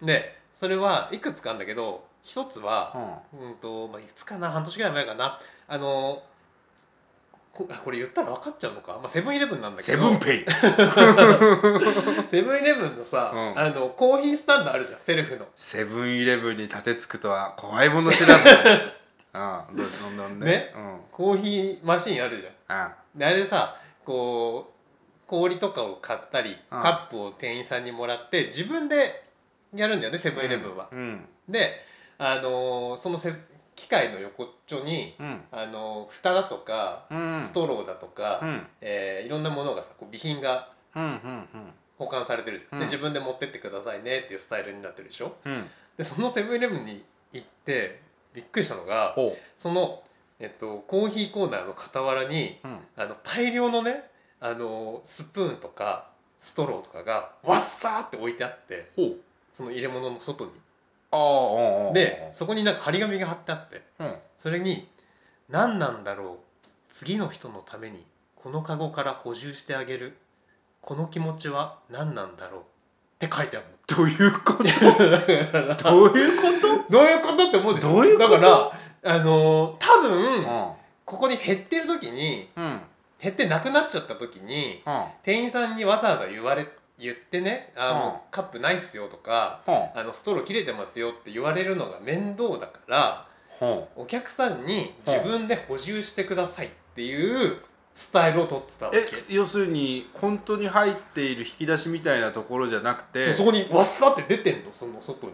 S1: ほ
S2: でそれはいくつかあるんだけど一つ
S1: う
S2: は、
S1: ん
S2: うんとまあ、いつかな半年ぐらい前かなあのこあこれ言ったら分かっちゃうのか、まあ、セブンイレブンなんだけ
S1: セ
S2: ど
S1: ブンペイ
S2: セブンイレブンのさ、
S1: うん
S2: あのコーヒースタンドあるじゃんセルフの。
S1: セブンイレブンに立てつくとは怖いもの知らずだ ああどうぞどんどんね
S2: ね
S1: うん
S2: コーヒーマシンあるじゃん。
S1: あ
S2: であれでさこう氷とかを買ったり、
S1: うん
S2: カップを店員さんにもらって自分でやるんだよねセ
S1: あ
S2: ブンイレブンは。
S1: うん
S2: で、あのーそのせ機械の横っちょに、
S1: うん
S2: あのー蓋だとか、
S1: うん
S2: ストローだとか、
S1: うん
S2: えーいろんなものがさこう備品が
S1: うんうんうん
S2: 保管されてるじゃ
S1: うん
S2: ん、で自分で持ってってくださいねっていうスタイルになってるでしょ
S1: うん
S2: でそのセブンイレブンに行ってびっくりしたのが
S1: ほ
S2: その、えっと、コーヒーコーナーの傍らに
S1: ううん
S2: あの大量のね、あのースプーンとかストローとかがわっさーって置いてあって
S1: ほう
S2: その入れ物の外に
S1: ああうん
S2: でそこになんか張り紙が貼ってあって
S1: うん
S2: それに「何なんだろう次の人のためにこのカゴから補充してあげるこの気持ちは何なんだろう」って書いてあるの。
S1: どういうこと
S2: どういうこと どういうことって思うでしょ
S1: どういうこと
S2: だからあのー多
S1: う
S2: 分
S1: ん
S2: ここに減ってる時に
S1: うん
S2: 減ってなくなっちゃった時に
S1: うん
S2: 店員さんにわざわざ言われ言ってね「あーもう
S1: うん
S2: カップないっすよ」とか
S1: ほう
S2: あの「ストロー切れてますよ」って言われるのが面倒だから
S1: ほ
S2: お客さんに自分で補充してくださいっていうスタイルを取ってたわ
S1: う
S2: け、
S1: え要するに本当に入っている引き出しみたいなところじゃなくて
S2: そうそこにわっさって出てんのその外に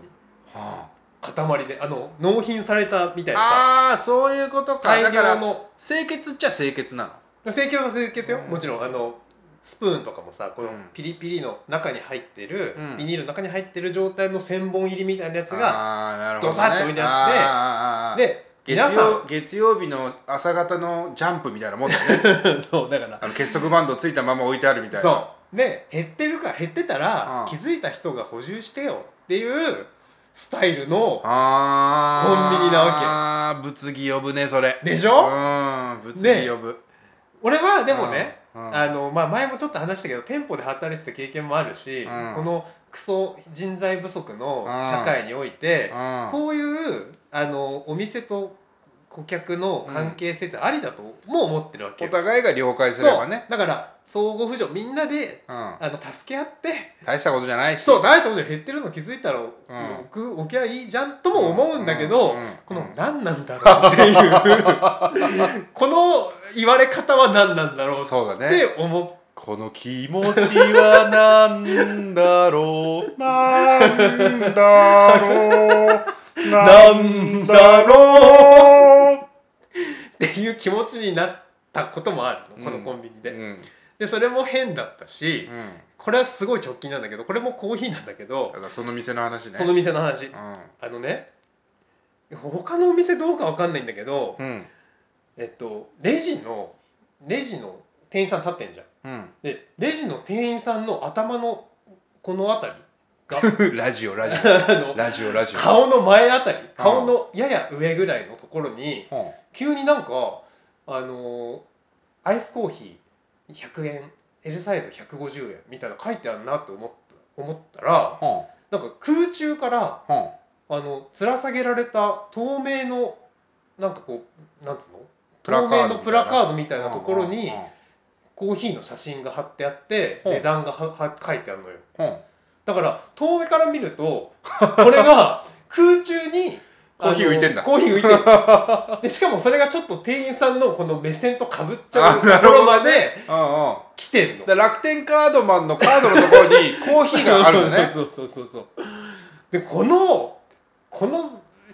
S1: は
S2: 塊であの納品されたみたいなさ
S1: ああーそういうことか
S2: 大
S1: だか
S2: 量
S1: ら
S2: の
S1: 清潔っちゃ清潔なの
S2: 清潔は清潔よ、
S1: うん
S2: もちろんあのスプーンとかもさこの
S1: うん
S2: ピリピリの中に入ってる、
S1: うん
S2: ビニールの中に入ってる状態の千本入りみたいなやつが
S1: が
S2: ドサッと置いてあって
S1: で
S2: で
S1: 月
S2: 皆さ
S1: 曜
S2: ん
S1: 月曜日の朝方のジャンプみたいなもんだ よね
S2: そうだから
S1: あの結束バンドついたまま置いてあるみたいな
S2: そうで減ってるか減ってたら、
S1: うん
S2: 気づいた人が補充してよっていうスタイルの
S1: あー
S2: コンビニなわけ
S1: あー物議呼ぶねそれ
S2: でし
S1: う
S2: ょ、
S1: ん物議呼ぶ
S2: 俺はでもね、
S1: うんうん
S2: あのまあ、前もちょっと話したけど店舗で働いてた経験もあるし、
S1: うん
S2: このクソ人材不足の
S1: うん
S2: 社会において、
S1: うん
S2: こういうあのお店と顧客の関係性ってありだとも思ってるわけ
S1: お
S2: よ、
S1: 互いが了解すれ
S2: そ
S1: ば
S2: う
S1: ね
S2: だから相互扶助みんなで
S1: うん
S2: あの助け合って
S1: 大したことじゃないし
S2: そう大したことで減ってるの気づいたら、置く置きゃいいじゃんとも思うんだけど、
S1: うんうん
S2: この何なんだろうってい うこの言われ方は何なんだろうっ
S1: そうだね
S2: て思っ
S1: この気持ちはなんだろうなんだろうなんだろ
S2: っていう気持ちになったこともあるのこのコンビニ
S1: う
S2: で。
S1: うん
S2: でそれも変だったし、
S1: うん
S2: これはすごい直近なんだけどこれもコーヒーなんだけど
S1: ただその店の話ね
S2: その店の話
S1: う
S2: あのね他のお店どうかわかんないんだけど、
S1: んうん
S2: えっと、レジのレジの店員さん立ってんじゃん。
S1: う
S2: でレジの店員さんの頭のこの辺り が
S1: ん ラジオラジ
S2: あの
S1: オラジオラジオ
S2: 顔の前あたり顔のやや上ぐらいのところに
S1: うん
S2: 急になんかあのーアイスコーヒー100円 L サイズ150円みたいなの書いてあるなと思った思ったら
S1: うん
S2: なんか空中から
S1: うん
S2: あの吊ら下げられた透明のなんかこうなんつうの
S1: プラカ
S2: 透
S1: ードみたい
S2: 明
S1: な
S2: のプラカードみたいなところ
S1: う
S2: に
S1: ん
S2: コーヒーの写真が貼ってあって
S1: うん
S2: 値段がはは書いてあるのよ。
S1: うんうん
S2: だから遠目から見るとこれが空中に
S1: コーヒー
S2: あの
S1: 浮いてんだ
S2: コーヒー浮いてる でしかもそれがちょっと店員さんのこの目線とかぶっちゃう と
S1: あな
S2: こ
S1: るほ
S2: ろ
S1: ど
S2: まで
S1: うんうん
S2: 来てんの
S1: だから楽天カードマンのカードのところに コーヒーがあるんだね
S2: そうそうそうそうでこのこの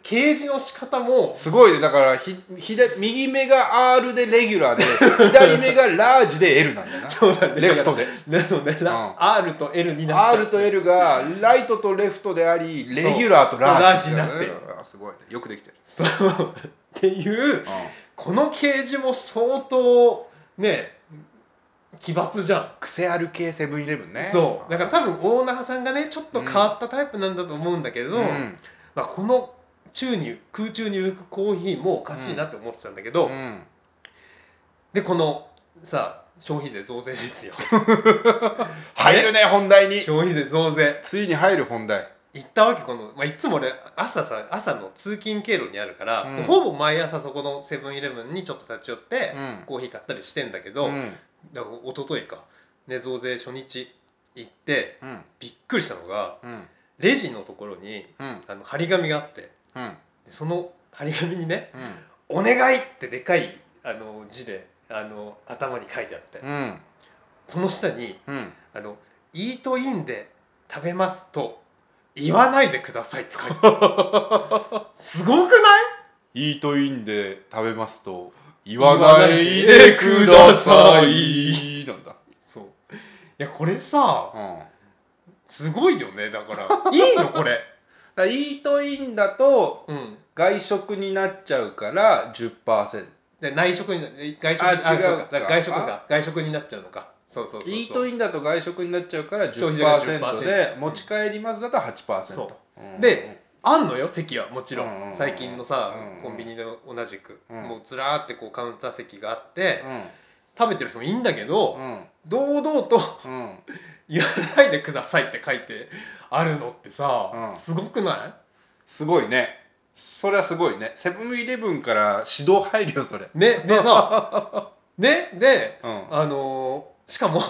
S2: 掲示の仕方も
S1: すごいねだからひ左右目が R でレギュラー で左目がラージで L なんだよな
S2: そうなんだ
S1: レフトで
S2: なので、
S1: ん
S2: R と L になっちゃう
S1: R と L がライトとレフトでありレギュラーとラージ
S2: ラージになって
S1: るあすごいねよくできてる、
S2: そうっていう
S1: うん、
S2: この掲示も相当ね奇抜じゃん
S1: 癖ある系セブンイレブンね
S2: そうだから多分オーナーさんがねちょっと変わったタイプなんだと思うんだけど、
S1: うん
S2: まあ、この宙に空中に浮くコーヒーもおかしいなって思ってたんだけど、
S1: うん
S2: でこのさ消費税増税ですよ
S1: 入るね本題に
S2: 消費税増税
S1: ついに入る本題
S2: 行ったわけこの、まあ、いつも俺朝さ朝の通勤経路にあるから、
S1: うん
S2: ほぼ毎朝そこのセブンイレブンにちょっと立ち寄って、
S1: うん
S2: コーヒー買ったりしてんだけど、
S1: うん
S2: だから一昨日か、ね、増税初日行って
S1: うん
S2: びっくりしたのが
S1: うん
S2: レジのところに
S1: うん
S2: あの張り紙があって。
S1: うん
S2: でその張り紙にね
S1: うん
S2: 「お願い!」ってでかいあの字であの頭に書いてあって、
S1: うん
S2: その下に
S1: うん
S2: あの「イートインで食べますと言わないでください」って書いてある すごくない
S1: イートインで食べますと言
S2: わ
S1: わ
S2: な
S1: ないい
S2: で
S1: でく
S2: くだ
S1: だ
S2: さ
S1: さ
S2: い
S1: いなんだ、
S2: そういやこれさ
S1: うん、だか
S2: すごいよねだからいいのこれ
S1: らイートインだと
S2: うん
S1: 外食になっちゃうから10%
S2: で内職になえ外食
S1: あ
S2: そう
S1: 違うか
S2: だら外食か外食になっちゃうのかそうそうそうそう
S1: イートインだと外食になっちゃうから
S2: 消費税が
S1: 10%で
S2: 10%
S1: 持ち帰りますだと8%
S2: そ
S1: うん
S2: であんのよ席はもちろん,、
S1: うんうんうん
S2: 最近のさ、
S1: うんうん
S2: コンビニで同じく、
S1: うん
S2: もうずらーってこうカウンター席があって、
S1: うん
S2: 食べてる人もいいんだけど、
S1: うん
S2: 堂々と
S1: うん
S2: 言わないでくださいって書いてあるのってさ、
S1: うん
S2: すごくな
S1: すごいねそれはすごいねセブンイレブンから指導入るよそれ
S2: いねでさ ねで、
S1: うん
S2: あのーしかも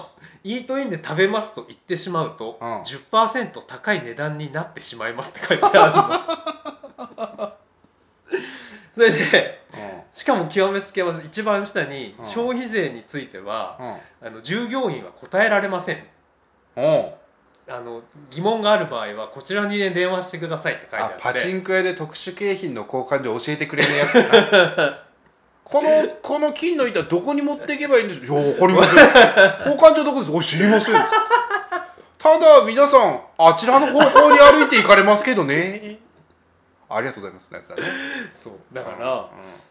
S2: イートインで食べますと言ってしまうと、
S1: うん
S2: 10%高い値段になってしまいますって書いてあ るの。それで
S1: う
S2: しかも極めつけは一番下に
S1: うん
S2: 消費税については、
S1: んうん
S2: あの従業員は答えられません
S1: うん
S2: あの疑問がある場合はこちらに、ね、電話してくださいって書いてあ
S1: あ
S2: って
S1: パチンコ屋で特殊景品の交換所教えてくれるやつだなこのこの金の板どこに持っていけばいいんでしょういや分かりません交換所どこですお知りませんただ皆さんあちらの方向に歩いて行かれますけどねありがとうございますなやつだ ね
S2: そうだから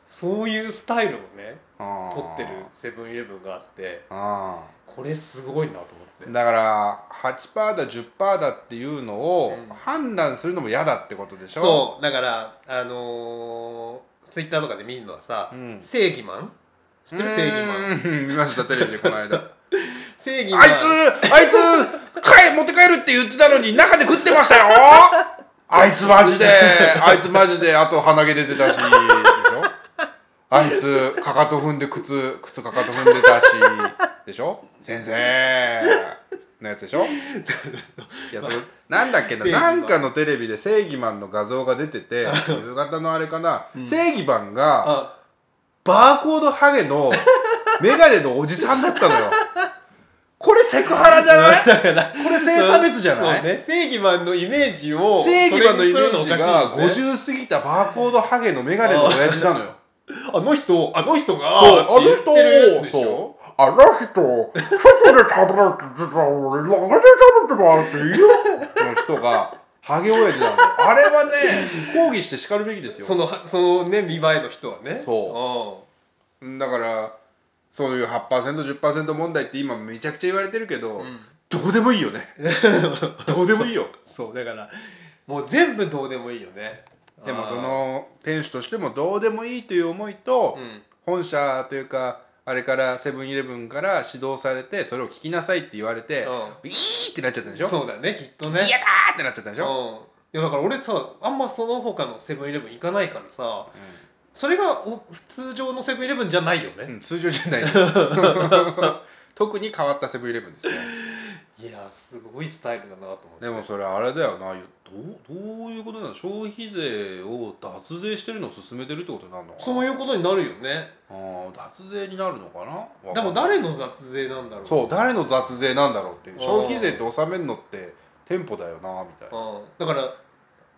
S2: そういうスタイルをね
S1: うんうん
S2: 取ってるセブンイレブンがあって
S1: あ
S2: これすごいなと思っ
S1: ー
S2: て
S1: だから8%だ10%だっていうのを
S2: うん
S1: 判断するのも嫌だってことでしょ
S2: そうだからあのー、ツイッターとかで見るのはさ、
S1: うん
S2: 正義マン知ってる正義マン
S1: ン見ましたテレビでこの間
S2: 正義マン
S1: あいつあいつ帰持って帰るって言ってたのに中で食ってましたよあいつマジであいつマジであと鼻毛出てたしでしょあいつかかと踏んで靴靴かかと踏んでたしでしょ先生のやつでしょいやそれなんだっけな
S2: 正義マン
S1: なんかのテレビで正義マンの画像が出てて夕方のあれかな、正義マンが
S2: あ
S1: バーコードハゲのメガネのおじさんだったのよこれセクハラじゃ ないこれ性差別じゃない、
S2: そうね正義マンのイメージを
S1: 正義マンのイメージが
S2: それにするのおかしいよね
S1: 50過ぎたバーコードハゲのメガネの親父 なのよ
S2: あの人あの人が
S1: そうあ
S2: って言ってる
S1: の
S2: やつで
S1: 人
S2: し
S1: そ
S2: ょ
S1: うあの人外で食べられてた俺中で食べてもらっていいよの人がハゲ親父なのよあれはね抗議して叱るべきですよ
S2: そのはそのね見栄えの人はね
S1: そだからそういう 8%10% 問題って今めちゃくちゃ言われてるけど、どうでもいい よねどうでもいいよ
S2: うんそうだからもう全部どうでもいいよね
S1: でもその店主としてもどうでもいいという思いと、
S2: うん
S1: 本社というかあれからセブンイレブンから指導されてそれを聞きなさいって言われて、
S2: う
S1: イーってなっちゃったでしょ
S2: そうだねきっとね
S1: 嫌だーってなっちゃったでしょ、
S2: うん、いやだから俺さあんまその他のセブンイレブン行かないからさ、それがお通常のセブンイレブンじゃないよ
S1: う
S2: ね、
S1: ん通常じゃ ないです特に変わったセブンイレブンですね
S2: いやすごいスタイルだなと思って
S1: でもそれあれだよなどうどういうことなの消費税を脱税してるのを進めてるってことになるのかな
S2: そういうことになるよね
S1: あー脱税になるのかな
S2: でも
S1: わかんない
S2: 誰の雑税なんだろう
S1: そう誰の雑税なんだろうっていう
S2: あー
S1: 消費税って納めるのって店舗だよなみたいな
S2: うん、だから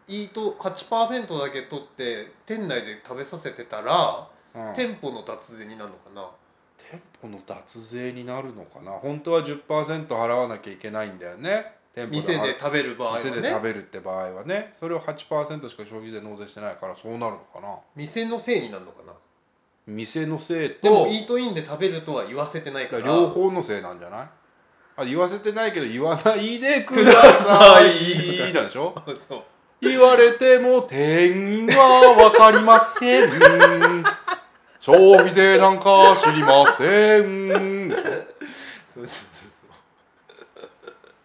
S2: イート8%だけ取って店内で食べさせてたら、
S1: うん店
S2: 店舗の脱税になるのかな
S1: 舗の脱税になるのかな本当は10%払わなきゃいけないんだよね店舗
S2: 店で食べる場合はね
S1: 店で食べるって場合はねそれを8%しか消費税納税してないからそうなるのかな
S2: 店のせいになるのかな
S1: 店のせいと
S2: でもイートインで食べるとは言わせてないから
S1: 両方のせいなんじゃないあ言わせてないけど言わないでく
S2: く
S1: だ
S2: だ
S1: さ
S2: さ
S1: い
S2: い
S1: なんでしょ
S2: そう
S1: 言われても点はわかりません消費税なんか知りませんでしょ
S2: そうそうそうそう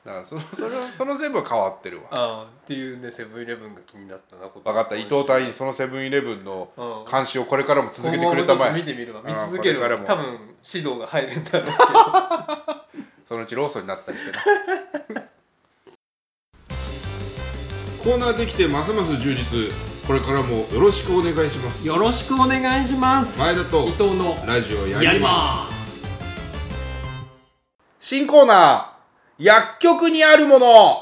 S1: だからそのそれその全部は変わってるわ
S2: ああっていうねセブンイレブンが気になったな分
S1: 分かった伊藤隊員そのセブンイレブンの
S2: うん
S1: 監視をこれからも続けてくれたま
S2: 今後もちょっと見
S1: え
S2: てみるわ
S1: あ
S2: 見
S1: あ
S2: 続ける
S1: これ
S2: わ
S1: からも
S2: 多分指導が入るんだろうけど
S1: そのうちローソンになってたりしてな
S3: コーナーできてますます充実これからもよろしくお願いします
S2: ろしくお願いします
S3: 前田と
S2: 伊藤の
S3: ラジオや
S2: やり
S3: りま
S2: ます
S1: 新コーナー薬局にあるもの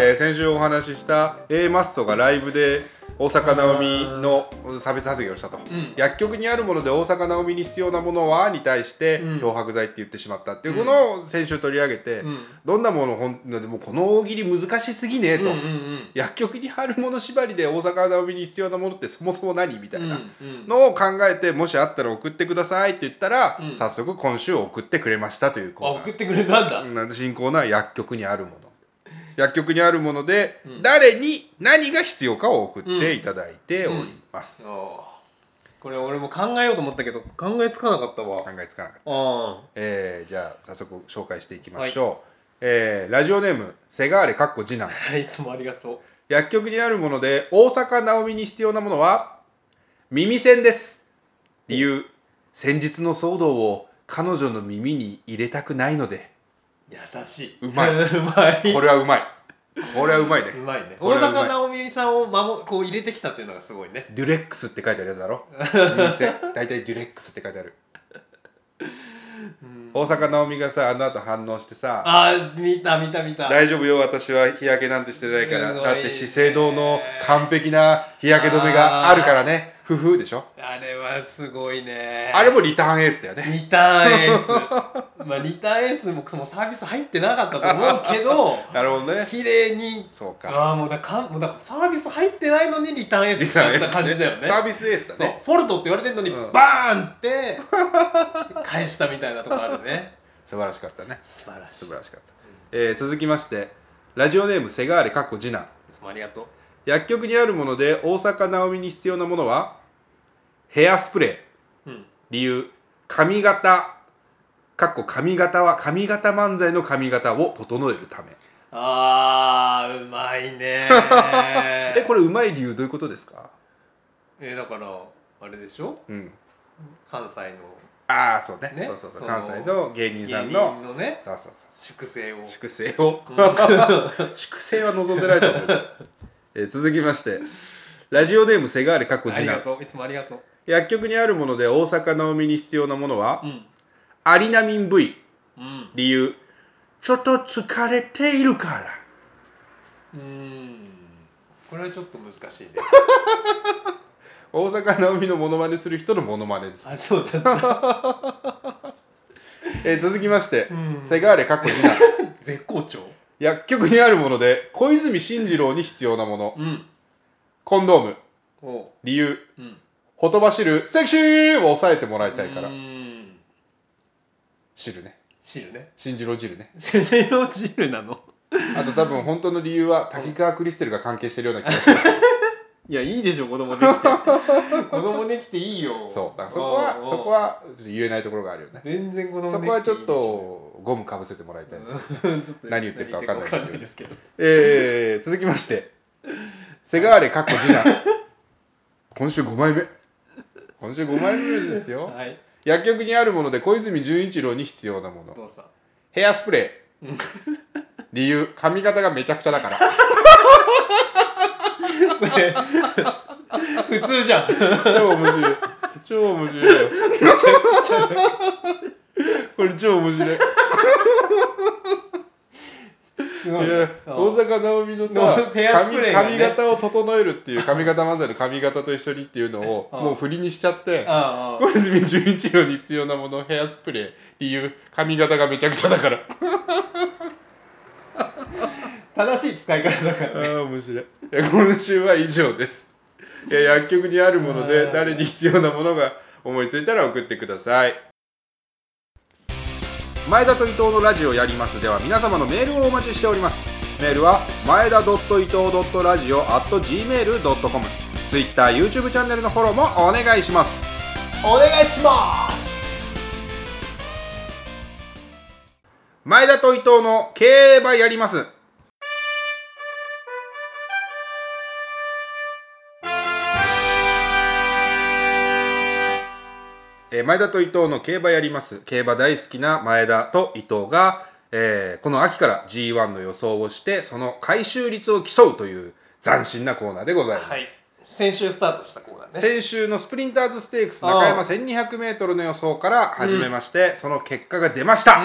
S1: えー先週お話しした A マッソがライブで大坂なおみの差別発言をしたと、
S2: ん
S1: 薬局にあるもので大坂なおみに必要なものはに対して
S2: うん
S1: 漂白剤って言ってしまったっていうことを先週取り上げて、
S2: うん
S1: どんなものほんでもこの大喜利難しすぎね
S2: う
S1: と、
S2: んうんうん
S1: 薬局に貼るもの縛りで大阪なおみに必要なものってそもそも何みたいな
S2: うんうん
S1: のを考えてもしあったら送ってくださいって言ったら、
S2: うん
S1: 早速今週送ってくれましたという
S2: あ
S1: コ
S2: 送っ
S1: ー
S2: てくれたんだ
S1: ナーうん新コーナー薬局にある もの薬局にあるもので、
S2: うん
S1: 誰に何が必要かを送っていただいております、
S2: そうこれ俺も考えようと思ったけど考えつかなかったわ
S1: 考えつかなかった、
S2: あ
S1: えーじゃあ早速紹介していきましょう、えーラジオネームセガーレかっこ次男
S2: あ いつもありがと
S1: 薬局にあるもので大阪なおみに必要なものは耳栓です理由先日の騒動を彼女の耳に入れたくないので
S2: う優し いう
S1: まい
S2: うまい
S1: これはうまいこれはうまいね
S2: うまいね
S1: こ
S2: 大
S1: れはうまい
S2: 坂なおみさんを守こう入れてきたっていうのがすごいね
S1: デュレックスって書いてあるやつだろ耳栓大体デュレックスって書いてある、大坂なおみがさあの後反応してさ
S2: あー見た見た見た
S1: 大丈夫よ私は日焼けなんてしてないから
S2: すごいね
S1: だって資生堂の完璧な日焼け止めがあるからねふふでしょ
S2: あれはすごいね
S1: あれもリターンエースだよね
S2: リターンエー スまあリターンエースもそのサービス入ってなかったと思うけ ど
S1: なるほどね
S2: 綺麗に
S1: そうか
S2: ああもうだからかんもうだからサービス入ってないのにリターンエースしちゃった感じだよね
S1: サービスエースだ
S2: そう
S1: ね
S2: フォルトって言われてるのに、
S1: うん
S2: バーンって 返したみたいなとこあるね
S1: 素晴らしかったね
S2: 素晴らしい
S1: 素晴らしかった、えー続きましてラジオネームセガーレかっこ次男
S2: いつもありがとう
S1: 薬局にあるもので大阪なおみに必要なものはヘアスプレー
S2: うん
S1: 理由髪型かっこ髪型は髪型漫才の髪型を整えるため
S2: あーうまい ね
S1: えこれうまい理由どういうことですか
S2: えだからあれでしょ
S1: うん
S2: 関西の
S1: ああそうね
S2: ね
S1: そうそうそう
S2: その
S1: 関西の芸
S2: 芸
S1: 人さん
S2: 人
S1: の
S2: のね
S1: そうそうそ
S2: 粛清を
S1: う粛清を 粛清は望んでないと思うけど、えー続きましてラジオネームセガーレかっこ
S2: あ
S1: 次
S2: りが
S1: 男
S2: とういつもありがとう
S1: 薬局にあるもので大阪なおみに必要なものは、
S2: うん
S1: アリナミン V
S2: うん
S1: 理由ちょっと疲れているから
S2: うんこれはちょっと 難しいね
S1: 大阪なおみのモノマネする人のモノマネです、
S2: あそうだな
S1: えー続きまして、
S2: ん
S1: セガーレかっこ次 男
S2: 絶好調
S1: 薬局にあるもので小泉進次郎に必要なもの
S2: うん
S1: コンドーム
S2: おう
S1: 理由
S2: うん
S1: ほとばしるセクシーを抑えてもらいたいから
S2: うん
S1: 汁ね
S2: 汁ね
S1: 進次郎汁ね
S2: 先生の汁なの
S1: あと多分本当の理由は滝川クリステルが関係してるような気がしますけど
S2: いやいいでしょ子供 できて子供できていいよ
S1: そうだからそこは
S2: うん
S1: そこはちょっと言えないところがあるよね
S2: 全然子供できて
S1: そ
S2: いい
S1: こはちょっとゴムかぶせてもらいたいです
S2: うん ちょっと
S1: 何言ってるか分かんないですけど
S2: 何言ってるか分かんないですけど
S1: えー、続きましてセガーレかっこ次男今週5枚目今週5枚目ですよ
S2: はい
S1: 薬局にあるもので小泉純一郎に必要なもの
S2: どうした
S1: ヘアスプレー理由髪型がめちゃくちゃだから
S2: それ普通じゃん
S1: 超面白い超面白いよこれ超面白い
S2: すごい
S1: いや大阪なおみのさ
S2: ヘアスプレーが
S1: 髪髪
S2: ね
S1: 型を整えるっていう 髪型漫才の髪型と一緒にっていうのを
S2: うん
S1: もう振りにしちゃって
S2: ああ
S1: 小泉純一郎に必要なものヘアスプレー理由髪型がめちゃくちゃだからあ
S2: 正しい使い方だからね
S1: あ面白いいや今週は以上ですいや薬局にあるもので誰に必要なものが思いついたら送ってください前田と伊藤のラジオやりますでは皆様のメールをお待ちしておりますメールは前田伊藤ラジオ at gmail.com ツイッター YouTube チャンネルのフォローもお願いします
S2: お願いします
S1: 前田と伊藤の競馬やりますえー前田と伊藤の競馬やります競馬大好きな前田と伊藤が、えーこの秋から G1 の予想をしてその回収率を競うという斬新なコーナーでございます、
S2: はい先週スタートしたコーナーね
S1: 先週のスプリンターズステークス中山 1200m の予想から始めまして、その結果が出ました、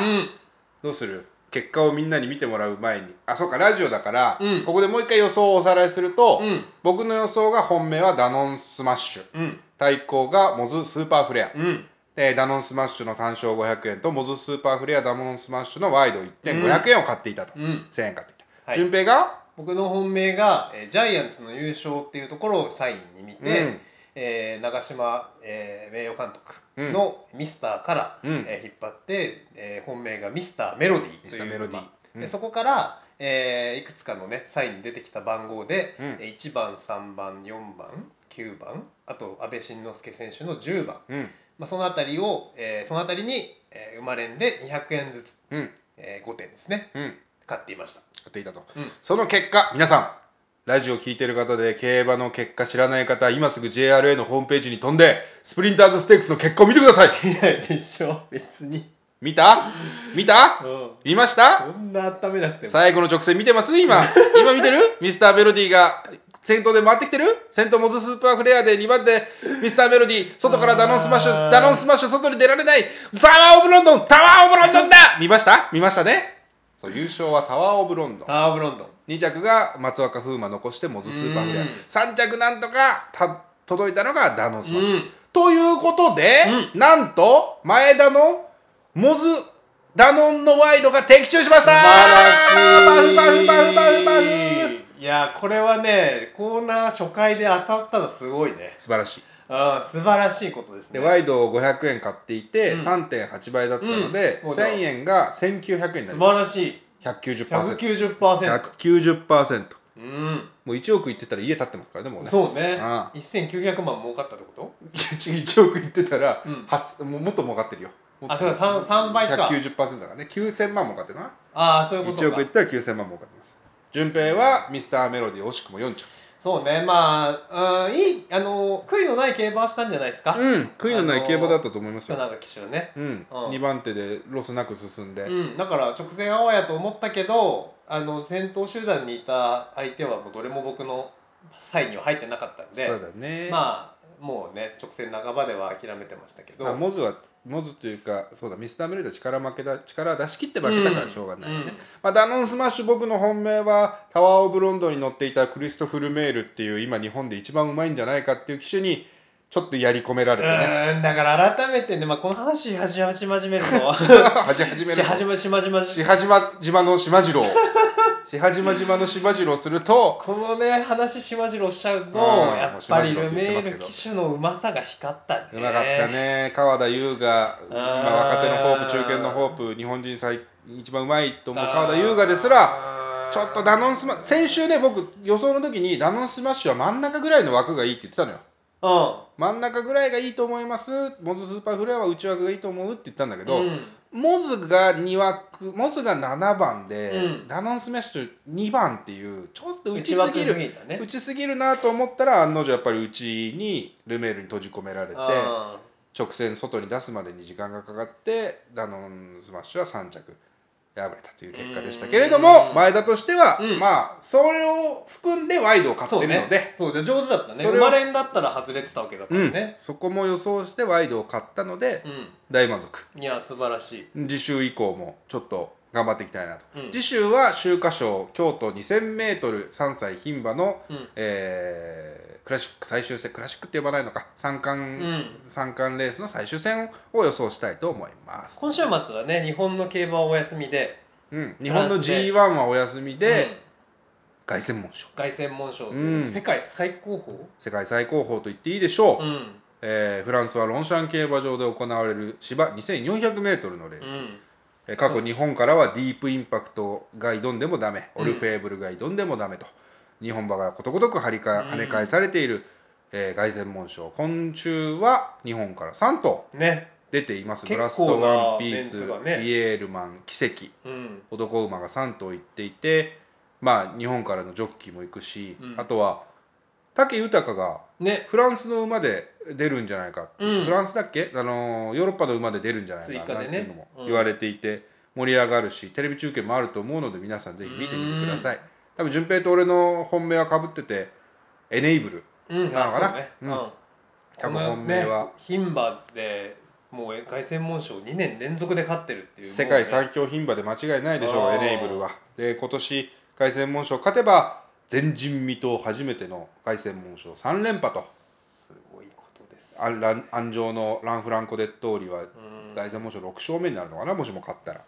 S1: どうする結果をみんなに見てもらう前にあそうかラジオだから、
S2: うん
S1: ここでもう一回予想をおさらいすると、
S2: うん
S1: 僕の予想が本命はダノンスマッシュ、
S2: うん
S1: 対抗がモズスーパーフレア、
S2: うん
S1: でダノンスマッシュの単勝500円とモズスーパーフレアダノンスマッシュのワイド1.500円を買っていたと、
S2: うん
S1: 1000円買っていた、
S2: はい
S1: 順平が
S2: 僕の本命が、えージャイアンツの優勝っていうところをサインに見て、
S1: うん
S2: えー長嶋、えー名誉監督のミスターから、
S1: うん
S2: えー引っ張って、えー本命がミスターメロディーと
S1: ミスタ
S2: い
S1: ー
S2: う
S1: メロディー
S2: まあ
S1: うん
S2: でそこから、えーいくつかのねサインに出てきた番号で、
S1: うん
S2: えー1番3番4番9番あと安倍晋之助選手の10番、
S1: うん
S2: まあ、その辺りを、えーその辺りに、えー馬連で200円ずつ、
S1: うん
S2: えー5点ですね
S1: うん
S2: 買っていました。
S1: やっていたと、
S2: うん
S1: その結果皆さんラジオ聞いてる方で競馬の結果知らない方今すぐ JRA のホームページに飛んでスプリンターズステークスの結果を見てくだ さい
S2: いやでしょ別に。
S1: 見た見た
S2: うん
S1: 見ました
S2: そんな温めなくても。
S1: 最後の直線見てます今今見てるミスターベロディが先頭で回ってきてる先頭モズスーパーフレアで2番手ミスターメロディー外からダノンスマッシ
S2: あ
S1: ュ
S2: ー
S1: ダノンスマッシュ外に出られないタワー・オブ・ロンドンタワー・オブ・ロンドンだ見ました見ましたねそう優勝はタワー・オブ・ロンドン
S2: タワーオブロンドン
S1: 2着が松若風磨残してモズスーパーフレア
S2: うん
S1: 3着なんとかた届いたのがダノンスマッシュ、
S2: うん
S1: ということで、なんと前田のモズダノンのワイドが的中しました
S2: 素晴らしい
S1: バフバフバフバフバフ
S2: いやこれはねコーナー初回で当たったのすごいね
S1: 素晴らしい
S2: うん素晴らしいことです
S1: で、
S2: ね
S1: ワイドを500円買っていて、
S2: うん
S1: 3.8倍だったので、
S2: うん
S1: 1000円が1900円にな
S2: 素
S1: りま
S2: 晴らしい
S1: す190%
S2: 190%、
S1: 190%
S2: うん、
S1: もう1億いってたら家建ってますからねもうね
S2: そうね
S1: あ
S2: 1900万儲かったってこと
S1: 1億いってたら、
S2: うん
S1: はっもうもっと儲かってるよ
S2: あそうだ 3, 三倍か
S1: 190%だからね9000万儲かってるな
S2: ああそういうこと
S1: 1億いっ
S2: か
S1: てたら9000万儲かってます順平はミスターメロディー惜しくも4着
S2: そうねまあ、うん、いいあの悔いのない競馬はしたんじゃないですか、
S1: うん悔いのない競馬だったと思います
S2: 福
S1: よ、
S2: 永騎手はね
S1: うん、
S2: うん
S1: 2番手でロスなく進んで、
S2: うん、だから直線青やと思ったけどあの先頭集団にいた相手はもうどれも僕の際には入ってなかったんで
S1: そうだね
S2: まあもうね直線半ばでは諦めてましたけど
S1: まあ、モズはモズというかそうだミスターメルダ力負けだ力出し切って負けたからしょうがないよね、
S2: うん
S1: まあ、ダノンスマッシュ僕の本命はタワー・オブ・ロンドンに乗っていたクリストフ・ルメールっていう今日本で一番うまいんじゃないかっていう機種にちょっとやり込めら
S2: う
S1: れてね
S2: ーんだから改めてね、まあ、この話はじはじまじめると
S1: 始始め
S2: し
S1: る
S2: はじましまじま
S1: し
S2: じ
S1: はじま島の島次郎 しはじま島の島次郎すると
S2: このね話しまじろしちゃうと
S1: うん
S2: やっぱり
S1: しまじろ
S2: ル
S1: って言って
S2: メ
S1: ますけ
S2: ー
S1: ど
S2: ル騎手のうまさが光ったね
S1: うまかったね川田優が今若手のホープ中堅のホープ日本人最一番うまいと思う川田優がですら
S2: ら
S1: ちょっとダノンスマ先週ね僕予想の時にダノンスマッシュは真ん中ぐらいの枠がいいって言ってたのよ
S2: う
S1: 真ん中ぐらいがいいと思いますモズスーパーフレアは内枠がいいと思うって言ったんだけ
S2: ん
S1: ど、
S2: うん
S1: モズが2枠モズが7番で、
S2: うん
S1: ダノンスマッシュ2番っていうちょっと内
S2: 内
S1: す
S2: 枠
S1: ぎ
S2: す
S1: る
S2: ぎたね
S1: 内すぎるなと思ったら案の定やっぱり内にルメールに閉じ込められて
S2: あ
S1: 直線外に出すまでに時間がかかってダノンスマッシュは3着敗れたという結果でしたけれど
S2: う
S1: も
S2: ん
S1: 前田としては、
S2: うん
S1: まあそれを含んでワイドを
S2: ー
S1: 買っ
S2: そ
S1: て
S2: う
S1: るの
S2: ね
S1: で
S2: そうじゃ上手だった
S1: そ
S2: ね
S1: れ
S2: 生
S1: は
S2: まれんだったら外れてたわけだか
S1: う
S2: ら
S1: ん
S2: ね
S1: そこも予想してワイドを買ったので、
S2: う
S1: 大満足
S2: んいや素晴らしい
S1: 次週以降もちょっと頑張っていきたいなと、
S2: うん
S1: 次週は秋華賞京都 2000m3 歳牝馬の、
S2: うん
S1: えークラシック最終戦クラシックって呼ばないのか三
S2: う
S1: 冠、
S2: ん
S1: 三冠レースの最終戦を予想したいと思います
S2: 今週末はね日本の競馬はお休みで
S1: うん、日
S2: フラ
S1: 本
S2: ンス
S1: の
S2: で
S1: g 1はお休みで、
S2: うん
S1: 凱旋門賞
S2: 凱旋門賞という、
S1: うん
S2: 世界最高峰
S1: 世界最高峰と言っていいでしょう、
S2: ん、
S1: えーフランスはロンシャン競馬場で行われる芝 2400m のレース、えー過去日本からはディープインパクトが挑んでもダメ、オルフェーブルが挑んでもダメと日本馬がことごとく張りか
S2: うん
S1: 跳ね返されている、えー凱旋門賞今週は日本から3頭
S2: うん、ね、
S1: 出ていますブ
S2: 結構
S1: ラ
S2: な
S1: ストワンピー
S2: メン
S1: ス、
S2: ツがね
S1: イエールマン奇跡
S2: うん、
S1: 男馬が3頭行っていてまあ日本からのジョッキーも行くし、
S2: うん
S1: あとは武豊が
S2: ね
S1: フランスの馬で出るんじゃないか、
S2: うん
S1: フランスだっけ、あのーヨーロッパの馬で出るんじゃないか
S2: 追加
S1: な
S2: で
S1: ん
S2: ね
S1: ていうのも
S2: うん
S1: 言われていて盛り上がるしテレビ中継もあると思うので皆さんぜひ見てみてください多分順平と俺の本命はかぶっててエネイブル
S2: うん
S1: なのかな
S2: あそうね
S1: う
S2: うんん、
S1: 多分
S2: この
S1: 本命は
S2: ね、牝馬でもう凱旋門賞2年連続で勝ってるっていう
S1: 世界
S2: 最
S1: 最強牝馬で間違いないでしょう
S2: あ
S1: エ
S2: ー
S1: ネイブルはで今年凱旋門賞勝てば前人未到初めての凱旋門賞3連覇と
S2: すごいことです
S1: あラン安城のランフランコ・デッドーリは
S2: うん
S1: 凱旋門賞6勝目になるのかなもしも勝ったら
S2: だ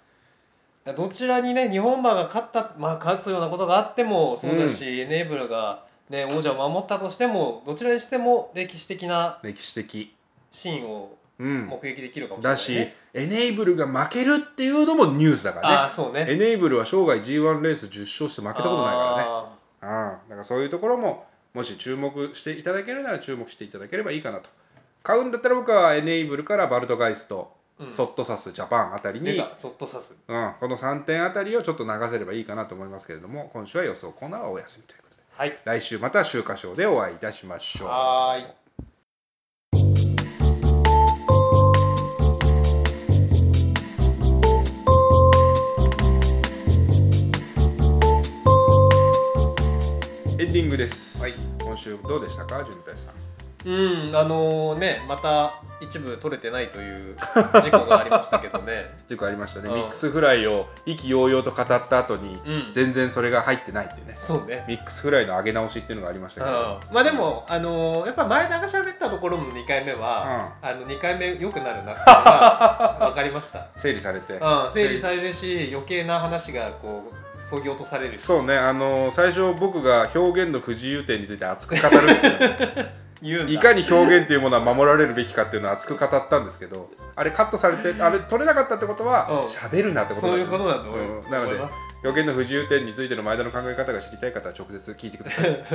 S2: からどちらにね日本馬が勝った、まあ、勝つようなことがあってもそうだし、エネーブルが、ね、王者を守ったとしてもどちらにしても歴史的な
S1: 歴史的
S2: シーンを
S1: うん
S2: 目撃できるかもしれない、
S1: だし、
S2: ね、
S1: エネイブルが負けるっていうのもニュースだから
S2: あ
S1: ね
S2: あそうね
S1: エネイブルは生涯 G1 レース10勝して負けたことないからね
S2: あ
S1: ああだからそういうところももし注目していただけるなら注目していただければいいかなと買うんだったら僕はエネイブルからバルトガイスト、
S2: うん
S1: ソットサスジャパンあたり
S2: ー
S1: に
S2: 出、たそっと刺す
S1: うん、この3点あたりをちょっと流せればいいかなと思いますけれども今週は予想コーナーはお休みということで
S2: はい
S1: 来週また週刊賞でお会いいたしましょう。
S2: はーい
S1: エンディングです、
S2: はい
S1: 週どうでしたか純平さん
S2: うんあのねまた一部取れてない という事故がありましたけどね
S1: 結構ありましたね
S2: うん
S1: ミックスフライを意気揚々と語った後に
S2: うん
S1: 全然それが入ってないっていうね
S2: そうね
S1: ミックスフライの上げ直しっていうのがありまし
S2: う
S1: た
S2: ん
S1: けど
S2: まあでも、あのやっぱ前田が喋ったところの2回目は、あの2回目良くなるなっていうのが分かりました、
S1: 整理されて
S2: うん、整理されるし余計な話がこうそぎ落とされるし
S1: そうねあの最初僕が表現の不自由点について熱く語るっていう のを
S2: 言うんだ
S1: いかに表現というものは守られるべきかっていうのを熱く語ったんですけどあれカットされてあれ取れなかったってこと
S2: うん
S1: は喋るなってこと
S2: そういうことだと思い
S1: 思
S2: ます
S1: なので表現の不自由点についての前田の考え方が知りたい方は直接聞いてください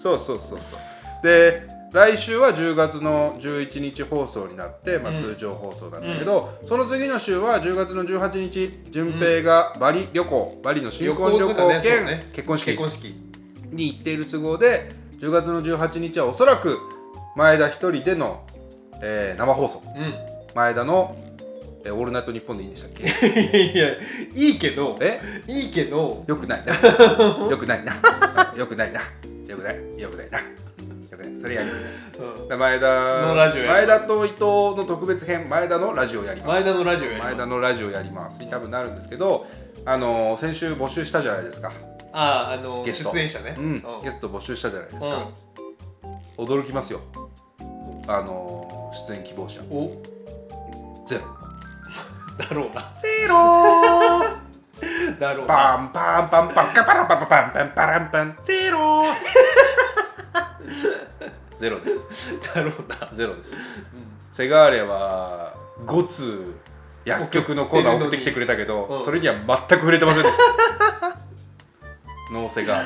S1: そうそうそうそうで来週は10月の11日放送になって、まあ、
S2: うん
S1: 通常放送なんだけど、その次の週は10月の18日順平がバリ旅行バリの新婚旅
S2: 旅行とか
S1: 行
S2: ねそう
S1: 兼、
S2: ね
S1: 結婚式
S2: 結婚式
S1: に行っている都合で10月の18日はおそらく前田一人での、えー生放送
S2: うん
S1: 前田の、えーオールナイトニッポン」でいいんでしたっ け
S2: いやいやいいけど
S1: え
S2: いいけど
S1: よくない なよくないなよくないなよくないよくないなよくないそれやりす
S2: うん
S1: ぎだ 前田
S2: のラジオやります
S1: 前田と伊藤の特別編前田のラジオやります
S2: 前田のラジオやります
S1: 前田のラジオやります多分なるんですけどあのー先週募集したじゃないですか、
S2: あああの
S1: ゲスト
S2: 出演者ね
S1: う
S2: うんん、
S1: ゲスト募集したじゃないですか、驚きますよあのー出演希望者
S2: うんお
S1: ゼロ
S2: だろう な
S1: ゼロー
S2: だろうな
S1: パンパンパンパンカパラパパパンパンパランパンゼ ローゼロです
S2: だろうな、
S1: ゼロですセガーレは5通薬局のコーナー送ってきてくれたけど、
S2: うん
S1: それには全く触れてませんでしたノーセガー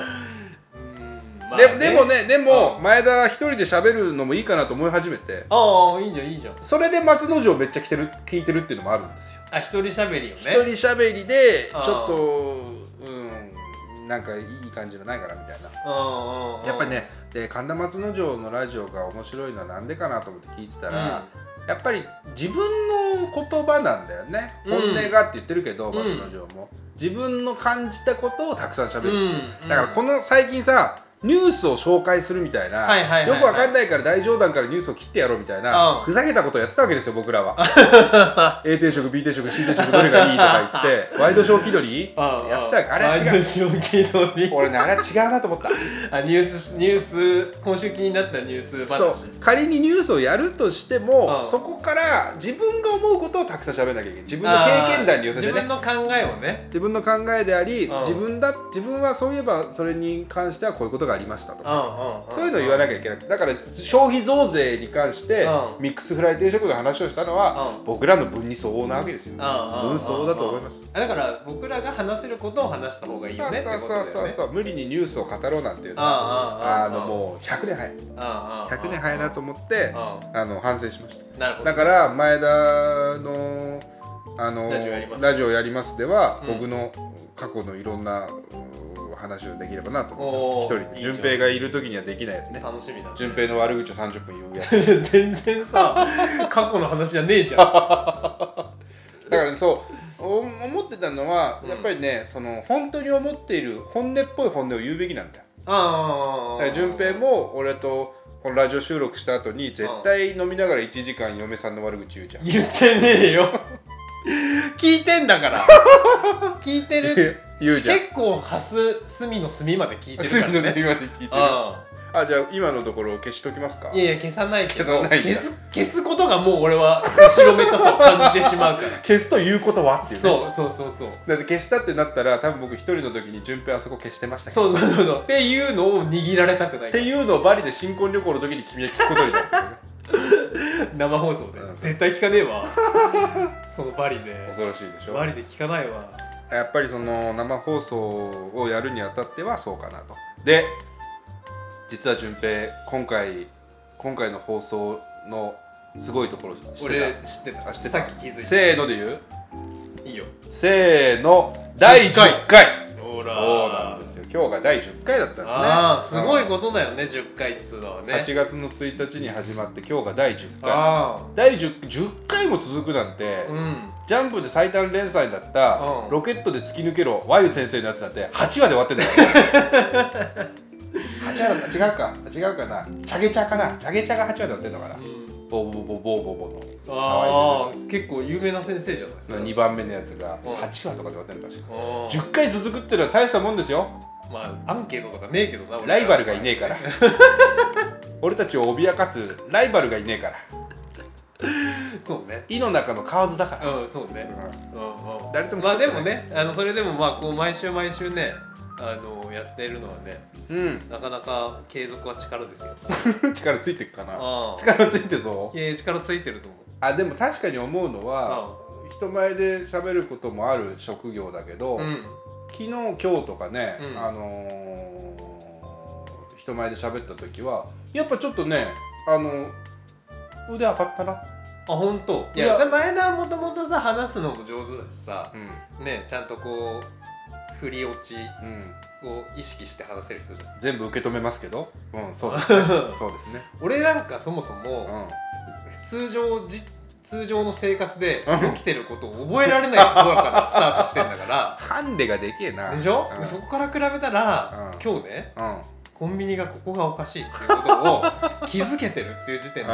S1: レ
S2: うん
S1: ででもねでも
S2: う
S1: 前田一人で喋るのもいいかなと思い始めて
S2: ああいいじゃんいいじゃん
S1: それで松之丞めっちゃ来てる聞いてるっていうのもあるんですよ
S2: あ一人喋りよね
S1: 一人しゃべりでちょ
S2: あ
S1: っ
S2: ー
S1: とうんなんかいい感じのないかなみたいな
S2: うんうんうん
S1: やっぱりねで神田松之丞のラジオが面白いのはなんでかなと思って聞いてたら、やっぱり自分の言葉なんだよね
S2: うん
S1: 本音がって言ってるけど、
S2: うん
S1: 松之丞も自分の感じたことをたくさんしゃべ
S2: う
S1: る、
S2: ん
S1: だからこ
S2: の
S1: の最近さニュースを紹介するみたいな、
S2: はいはいはい
S1: よくわかんないから大冗談からニュースを切ってやろうみたいな、
S2: うん
S1: ふざけたことをやってたわけですよ僕らは A 定食 B 定食 C 定食どれがいいとか言ってワイドショー気取 りやってたわけあれは違う
S2: う
S1: 俺ねあれは違うなと思った
S2: あニュースニュース今週気になったニュース話
S1: そう仮にニュースをやるとしても、
S2: うん
S1: そこから自分が思うことをたくさん喋んなきゃいけない自分の経験談に寄せてね
S2: あー自分の考えをね
S1: 自分の考えであり、
S2: うん
S1: 自分だ自分はそういえばそれに関してはこういうことがありましたと
S2: う
S1: か、
S2: んうん
S1: そういうのを言わなき
S2: ゃ
S1: ゃいけなくてだから消費増税に関して、
S2: うん
S1: ミックスフライ定食の話をしたのは、
S2: うん
S1: 僕らの分に相応なわけですよ、
S2: うんうん
S1: 分相応だと思います、
S2: だから僕らが話せることを話した方がいい
S1: そ
S2: よ
S1: う
S2: ねって
S1: そ
S2: こ
S1: う
S2: とだ
S1: そ
S2: よ
S1: う
S2: ね
S1: そうそう無理にニュースを語ろうなんていうのは
S2: あ
S1: あのもう100年早い
S2: うんうん
S1: 100年早いなと思って
S2: う
S1: あの反省しました
S2: んなるほど
S1: だから前田のあの
S2: ラジオやります
S1: ラジオやりますでは、
S2: うん
S1: 僕の過去のいろんなうん話をできればなと思って
S2: お
S1: 一
S2: ー
S1: 人で
S2: いいじゃん
S1: 順平がいる時にはできないやつね
S2: 楽しみだね
S1: 順平の悪口を30分言うや つ
S2: 全然 さ過去の話じゃねえじゃん
S1: だからねそうお思ってたのは
S2: うん
S1: やっぱりね、その本当に思っている本音っぽい本音を言うべきなんだよ
S2: あ
S1: だから順平も俺とこのラジオ収録した後に絶対飲みながら1時間嫁さんの悪口言うじゃん
S2: 言ってねえよ聞いてんだ から聞いてる
S1: 言うじゃん
S2: 結構ハス隅の隅まで聞いて
S1: す
S2: る
S1: い
S2: か
S1: ま
S2: ら
S1: せん
S2: ね
S1: すいません聞いてる
S2: あ
S1: あじゃあ今のところ消しときますか
S2: いやいや消さないけど
S1: 消さないんだ
S2: 消す消すことがもう俺は後ろめたさを感じてしまうから
S1: 消すということはっていう、ね、
S2: そうそうそうそう
S1: だって消したってなったら多分僕一人の時に順平あそこ消してましたけど
S2: そうそうそうそうっていうのを握られたくない
S1: っていうのをバリで新婚旅行の時に君は聞くことになったんです
S2: 生放送で
S1: うん
S2: 絶対聞かねえわ そのバリ
S1: よね
S2: で
S1: 恐ろしいでしょ
S2: バリで聞かないわ
S1: やっぱりその生放送をやるにあたってはそうかなとで実は順平今回今回の放送のすごいところ知ってた
S2: 俺知ってた
S1: あ知ってた
S2: さっき気づいた
S1: せーので言う
S2: いいよ
S1: せーの第10回
S2: 10ほら
S1: そうなんですよ今日が第10回だったんですね
S2: ああすご
S1: う
S2: い
S1: ん
S2: ことだよね10回っつうのはね
S1: 8月の1日に始まって今日が第10回
S2: あ
S1: 第 10, 10回も続くなんて、
S2: あうん
S1: ジャンプで最短連載だった、
S2: うん
S1: ロケットで突き抜けろ和ゆ先生のやつだって8話で終わってんだからね8 8割違うか違うかなチャゲチャかなチャゲチャが8割やってんのかなボボボボボボボの
S2: ああ結構有名な先生じゃないです
S1: そ
S2: か
S1: の2番目のやつが
S2: うん
S1: 8話とかで終わってるの確か
S2: あー
S1: 10回続くってのは大したもんですよ
S2: まあアンケートとかねえけどな俺ら
S1: ライバルがいねえから 俺たちを脅かすライバルがいねえから
S2: そうね
S1: 井の中のカーズだから、
S2: うんそうねうんうん
S1: 誰とも競
S2: ま
S1: っ
S2: あ
S1: て
S2: で
S1: ない
S2: もねあのそれでもまあこう毎週毎週ねあのやってるのはね
S1: うん、
S2: なかなか継続は力ですよ
S1: 力ついてっかな
S2: ああ
S1: 力ついてそう
S2: いや力ついてると思う
S1: あでも確かに思うのは、人前で喋ることもある職業だけど、
S2: うん
S1: 昨日今日とかね、
S2: うん
S1: あのー人前で喋った時はやっぱちょっとねあの腕上がったな、
S2: あ本当い
S1: いや
S2: やそれ前田はもともとさ話すのも上手だしさ
S1: うん
S2: ねちゃんとこう振り落ち
S1: うん、
S2: を意識して話せる人じゃん
S1: 全部受け止めますけど、うん、そう ですね そうですね、
S2: 俺なんかそもそうも
S1: ん、
S2: 通常じ通常の生活で
S1: うん
S2: 起きてることを覚えられないところからスタートしてんだか
S1: ハンデがでけえな
S2: らでしょ、
S1: うん
S2: でそこから比べたら、
S1: うん
S2: 今日ね
S1: うん
S2: コンビニがここがおかしいっていうことを気づけてるっていう時点で、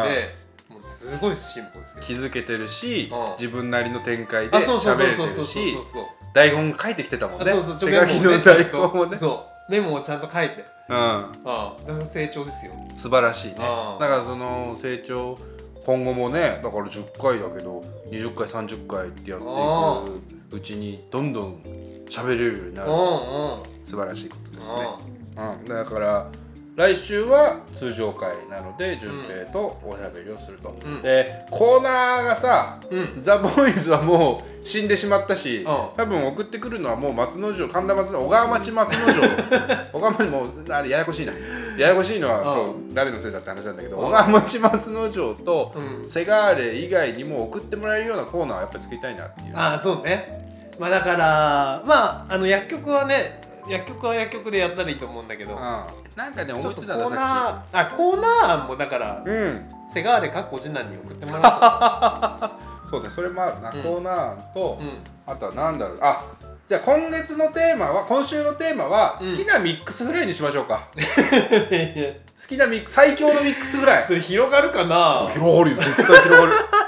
S2: もうすごい進歩ですよ
S1: 気づけてるし、
S2: うん
S1: 自分なりの展開で
S2: あそうそう
S1: 喋
S2: そう
S1: れ
S2: そう
S1: て
S2: そ
S1: る
S2: うそう
S1: し
S2: そうそう
S1: 台本書いてきてたもん
S2: あ
S1: ね
S2: そうそうちょ
S1: 手書きの
S2: メモ
S1: 台
S2: をねちゃんと
S1: 本をね
S2: そうメモをちゃんと書いて
S1: う
S2: ああ成長ですよ
S1: ん素晴らしいねだ
S2: ああ
S1: からその成長今後もねだから10回だけど20回30回ってやって
S2: あ
S1: いくうちにどんどん喋れるようにな
S2: うん
S1: る
S2: うん
S1: 素晴らしいことですね、
S2: う
S1: うん、だから来週は通常会なので順平とおしゃべりをすると、
S2: うん
S1: でコーナーがさ
S2: んうん
S1: ザ・ボーイズはもう死んでしまったし、
S2: ん
S1: 多分送ってくるのはもう松之丞神田松之小川町松 之丞小川町もうあれややこしいなややこしいのは、
S2: うん
S1: そう誰のせいだって話なんだけど、
S2: うん
S1: 小川町松之丞と、
S2: うん
S1: セガーレ以外にも送ってもらえるようなコーナーはやっぱ作りたいなっていう
S2: ああそうねまあだからまああの薬局はね薬局は薬局でやったらいいと思うんだけど
S1: うん、なんかね
S2: ち
S1: 思
S2: ょ
S1: いつ
S2: っと
S1: い
S2: コ
S1: たんださ
S2: ー
S1: っ
S2: ナーあコーナー案もだから
S1: きうん
S2: セガーレかっこ次男に送ってもら
S1: そうねそれもあるな、
S2: うん
S1: コーナーと
S2: おう、うん
S1: あとはなんだろうあじゃあ今月のテーマは今週のテーマは
S2: うん
S1: 好きなミックスフライにしましょうか、好
S2: いやい
S1: きなミックス最強のミックスフライ
S2: やそれ広がるかな
S1: 広がるよ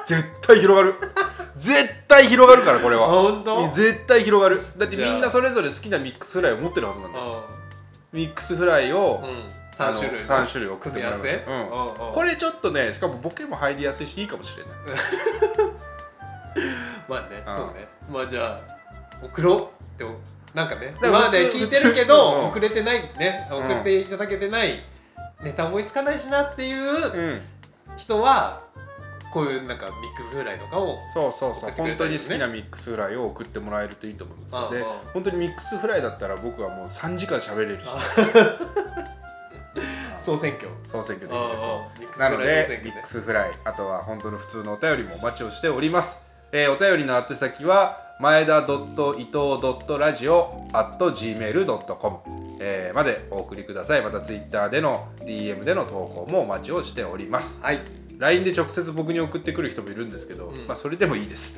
S1: 絶対広がる絶対広がる絶対広がるからこれ
S2: あ
S1: は
S2: 本当
S1: 絶対広がるだってみ
S2: じゃあ
S1: んなそれぞれ好きなミックスフライを持ってるはずなんだよ
S2: う
S1: ミックスフライを、
S2: んうん
S1: あ
S2: 三
S1: の
S2: 種類
S1: 三種類送っ
S2: 組
S1: て
S2: み
S1: も
S2: 合
S1: ら
S2: わ
S1: いまし
S2: せ
S1: たうん
S2: うんうん
S1: これちょっとねしかもボケも入りやすいしいいかもしれない
S2: まあね、
S1: うん
S2: そうね。まあじゃあ、送ろうって、なんかね、
S1: ら
S2: まあね、
S1: 普通
S2: 聞いてる
S1: 普通
S2: け
S1: うん
S2: ど、送れてない、ね、
S1: ん
S2: 送っていただけてない、ネタ思いつかないしなっていう
S1: うん
S2: 人は、こういうなんかミックスフライとかを、
S1: そうそうそう、
S2: 送ってく
S1: 本
S2: れた
S1: 当
S2: らい
S1: に
S2: いよね
S1: 好きなミックスフライを送ってもらえるといいと思います
S2: う
S1: で
S2: んうん
S1: 本当にミックスフライだったら僕はもう3時間喋れるし
S2: 総選挙。
S1: 総選挙できる
S2: うんうん
S1: そう
S2: ミックスフ
S1: な
S2: ライ
S1: の
S2: 総
S1: で
S2: 選
S1: ミ
S2: 挙
S1: ックスフライあとは本当の普通のお便りもお待ちをしております、えーお便りの宛先は前田伊藤ラジオ gmail.com、えーまでお送りくださいまたツイッターでの DM での投稿もお待ちをしております
S2: はい。
S1: LINE で直接僕に送ってくる人もいるんですけど、
S2: うん
S1: まあそれでもいいです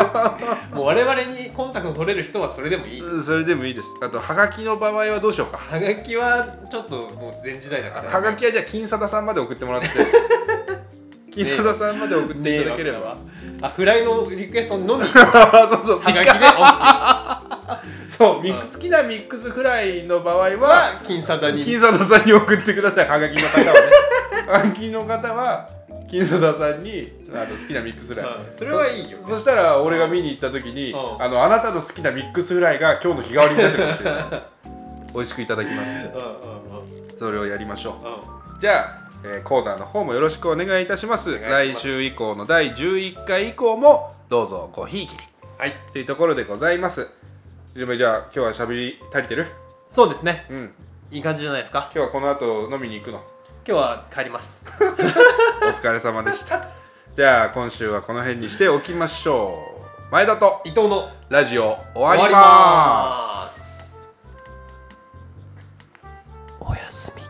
S2: もう我々にコンタクト取れる人はそれでもいい。
S1: うんそれでもいいですあとはがきの場合はどうしようか
S2: はがきはちょっともう前時代だから、
S1: はがきはじゃあ金貞さんまで送ってもら って金貞さんまで送っていただければ、
S2: ねあ、フライのリクエストのみ、は
S1: あ そうそう
S2: がきで OK
S1: そう、ミックス好きなミックスフライの場合は、
S2: は、金サダに。
S1: 金沢さんに送ってください、はがきの方はね。はがきの方は、金沢さんにあの好きなミックスフライ。
S2: うんそれはいいよ。
S1: そしたら俺が見に行った時に、
S2: うん
S1: あのあなたの好きなミックスフライが今日の日替わりになってるかもしれない美味しくいただきます
S2: うんうんうんうん。
S1: それをやりましょうじゃあ、えーコーナーの方もよろしくお願いいたします
S2: お願い
S1: 来
S2: します
S1: 週以降の第11回以降もどうぞごひいきに
S2: はい。
S1: というところでございますじゃあ今日はしゃべり足りてる
S2: そうですね。
S1: うん
S2: いい感じじゃないですか。
S1: 今日はこの後飲みに行くの
S2: 今日は帰ります。
S1: お疲れ様でしたじゃあ今週はこの辺にしておきましょう前田と
S2: 伊藤の
S1: ラジオ終
S2: 終
S1: わ
S2: わり
S1: ります
S2: ます。おやすみ。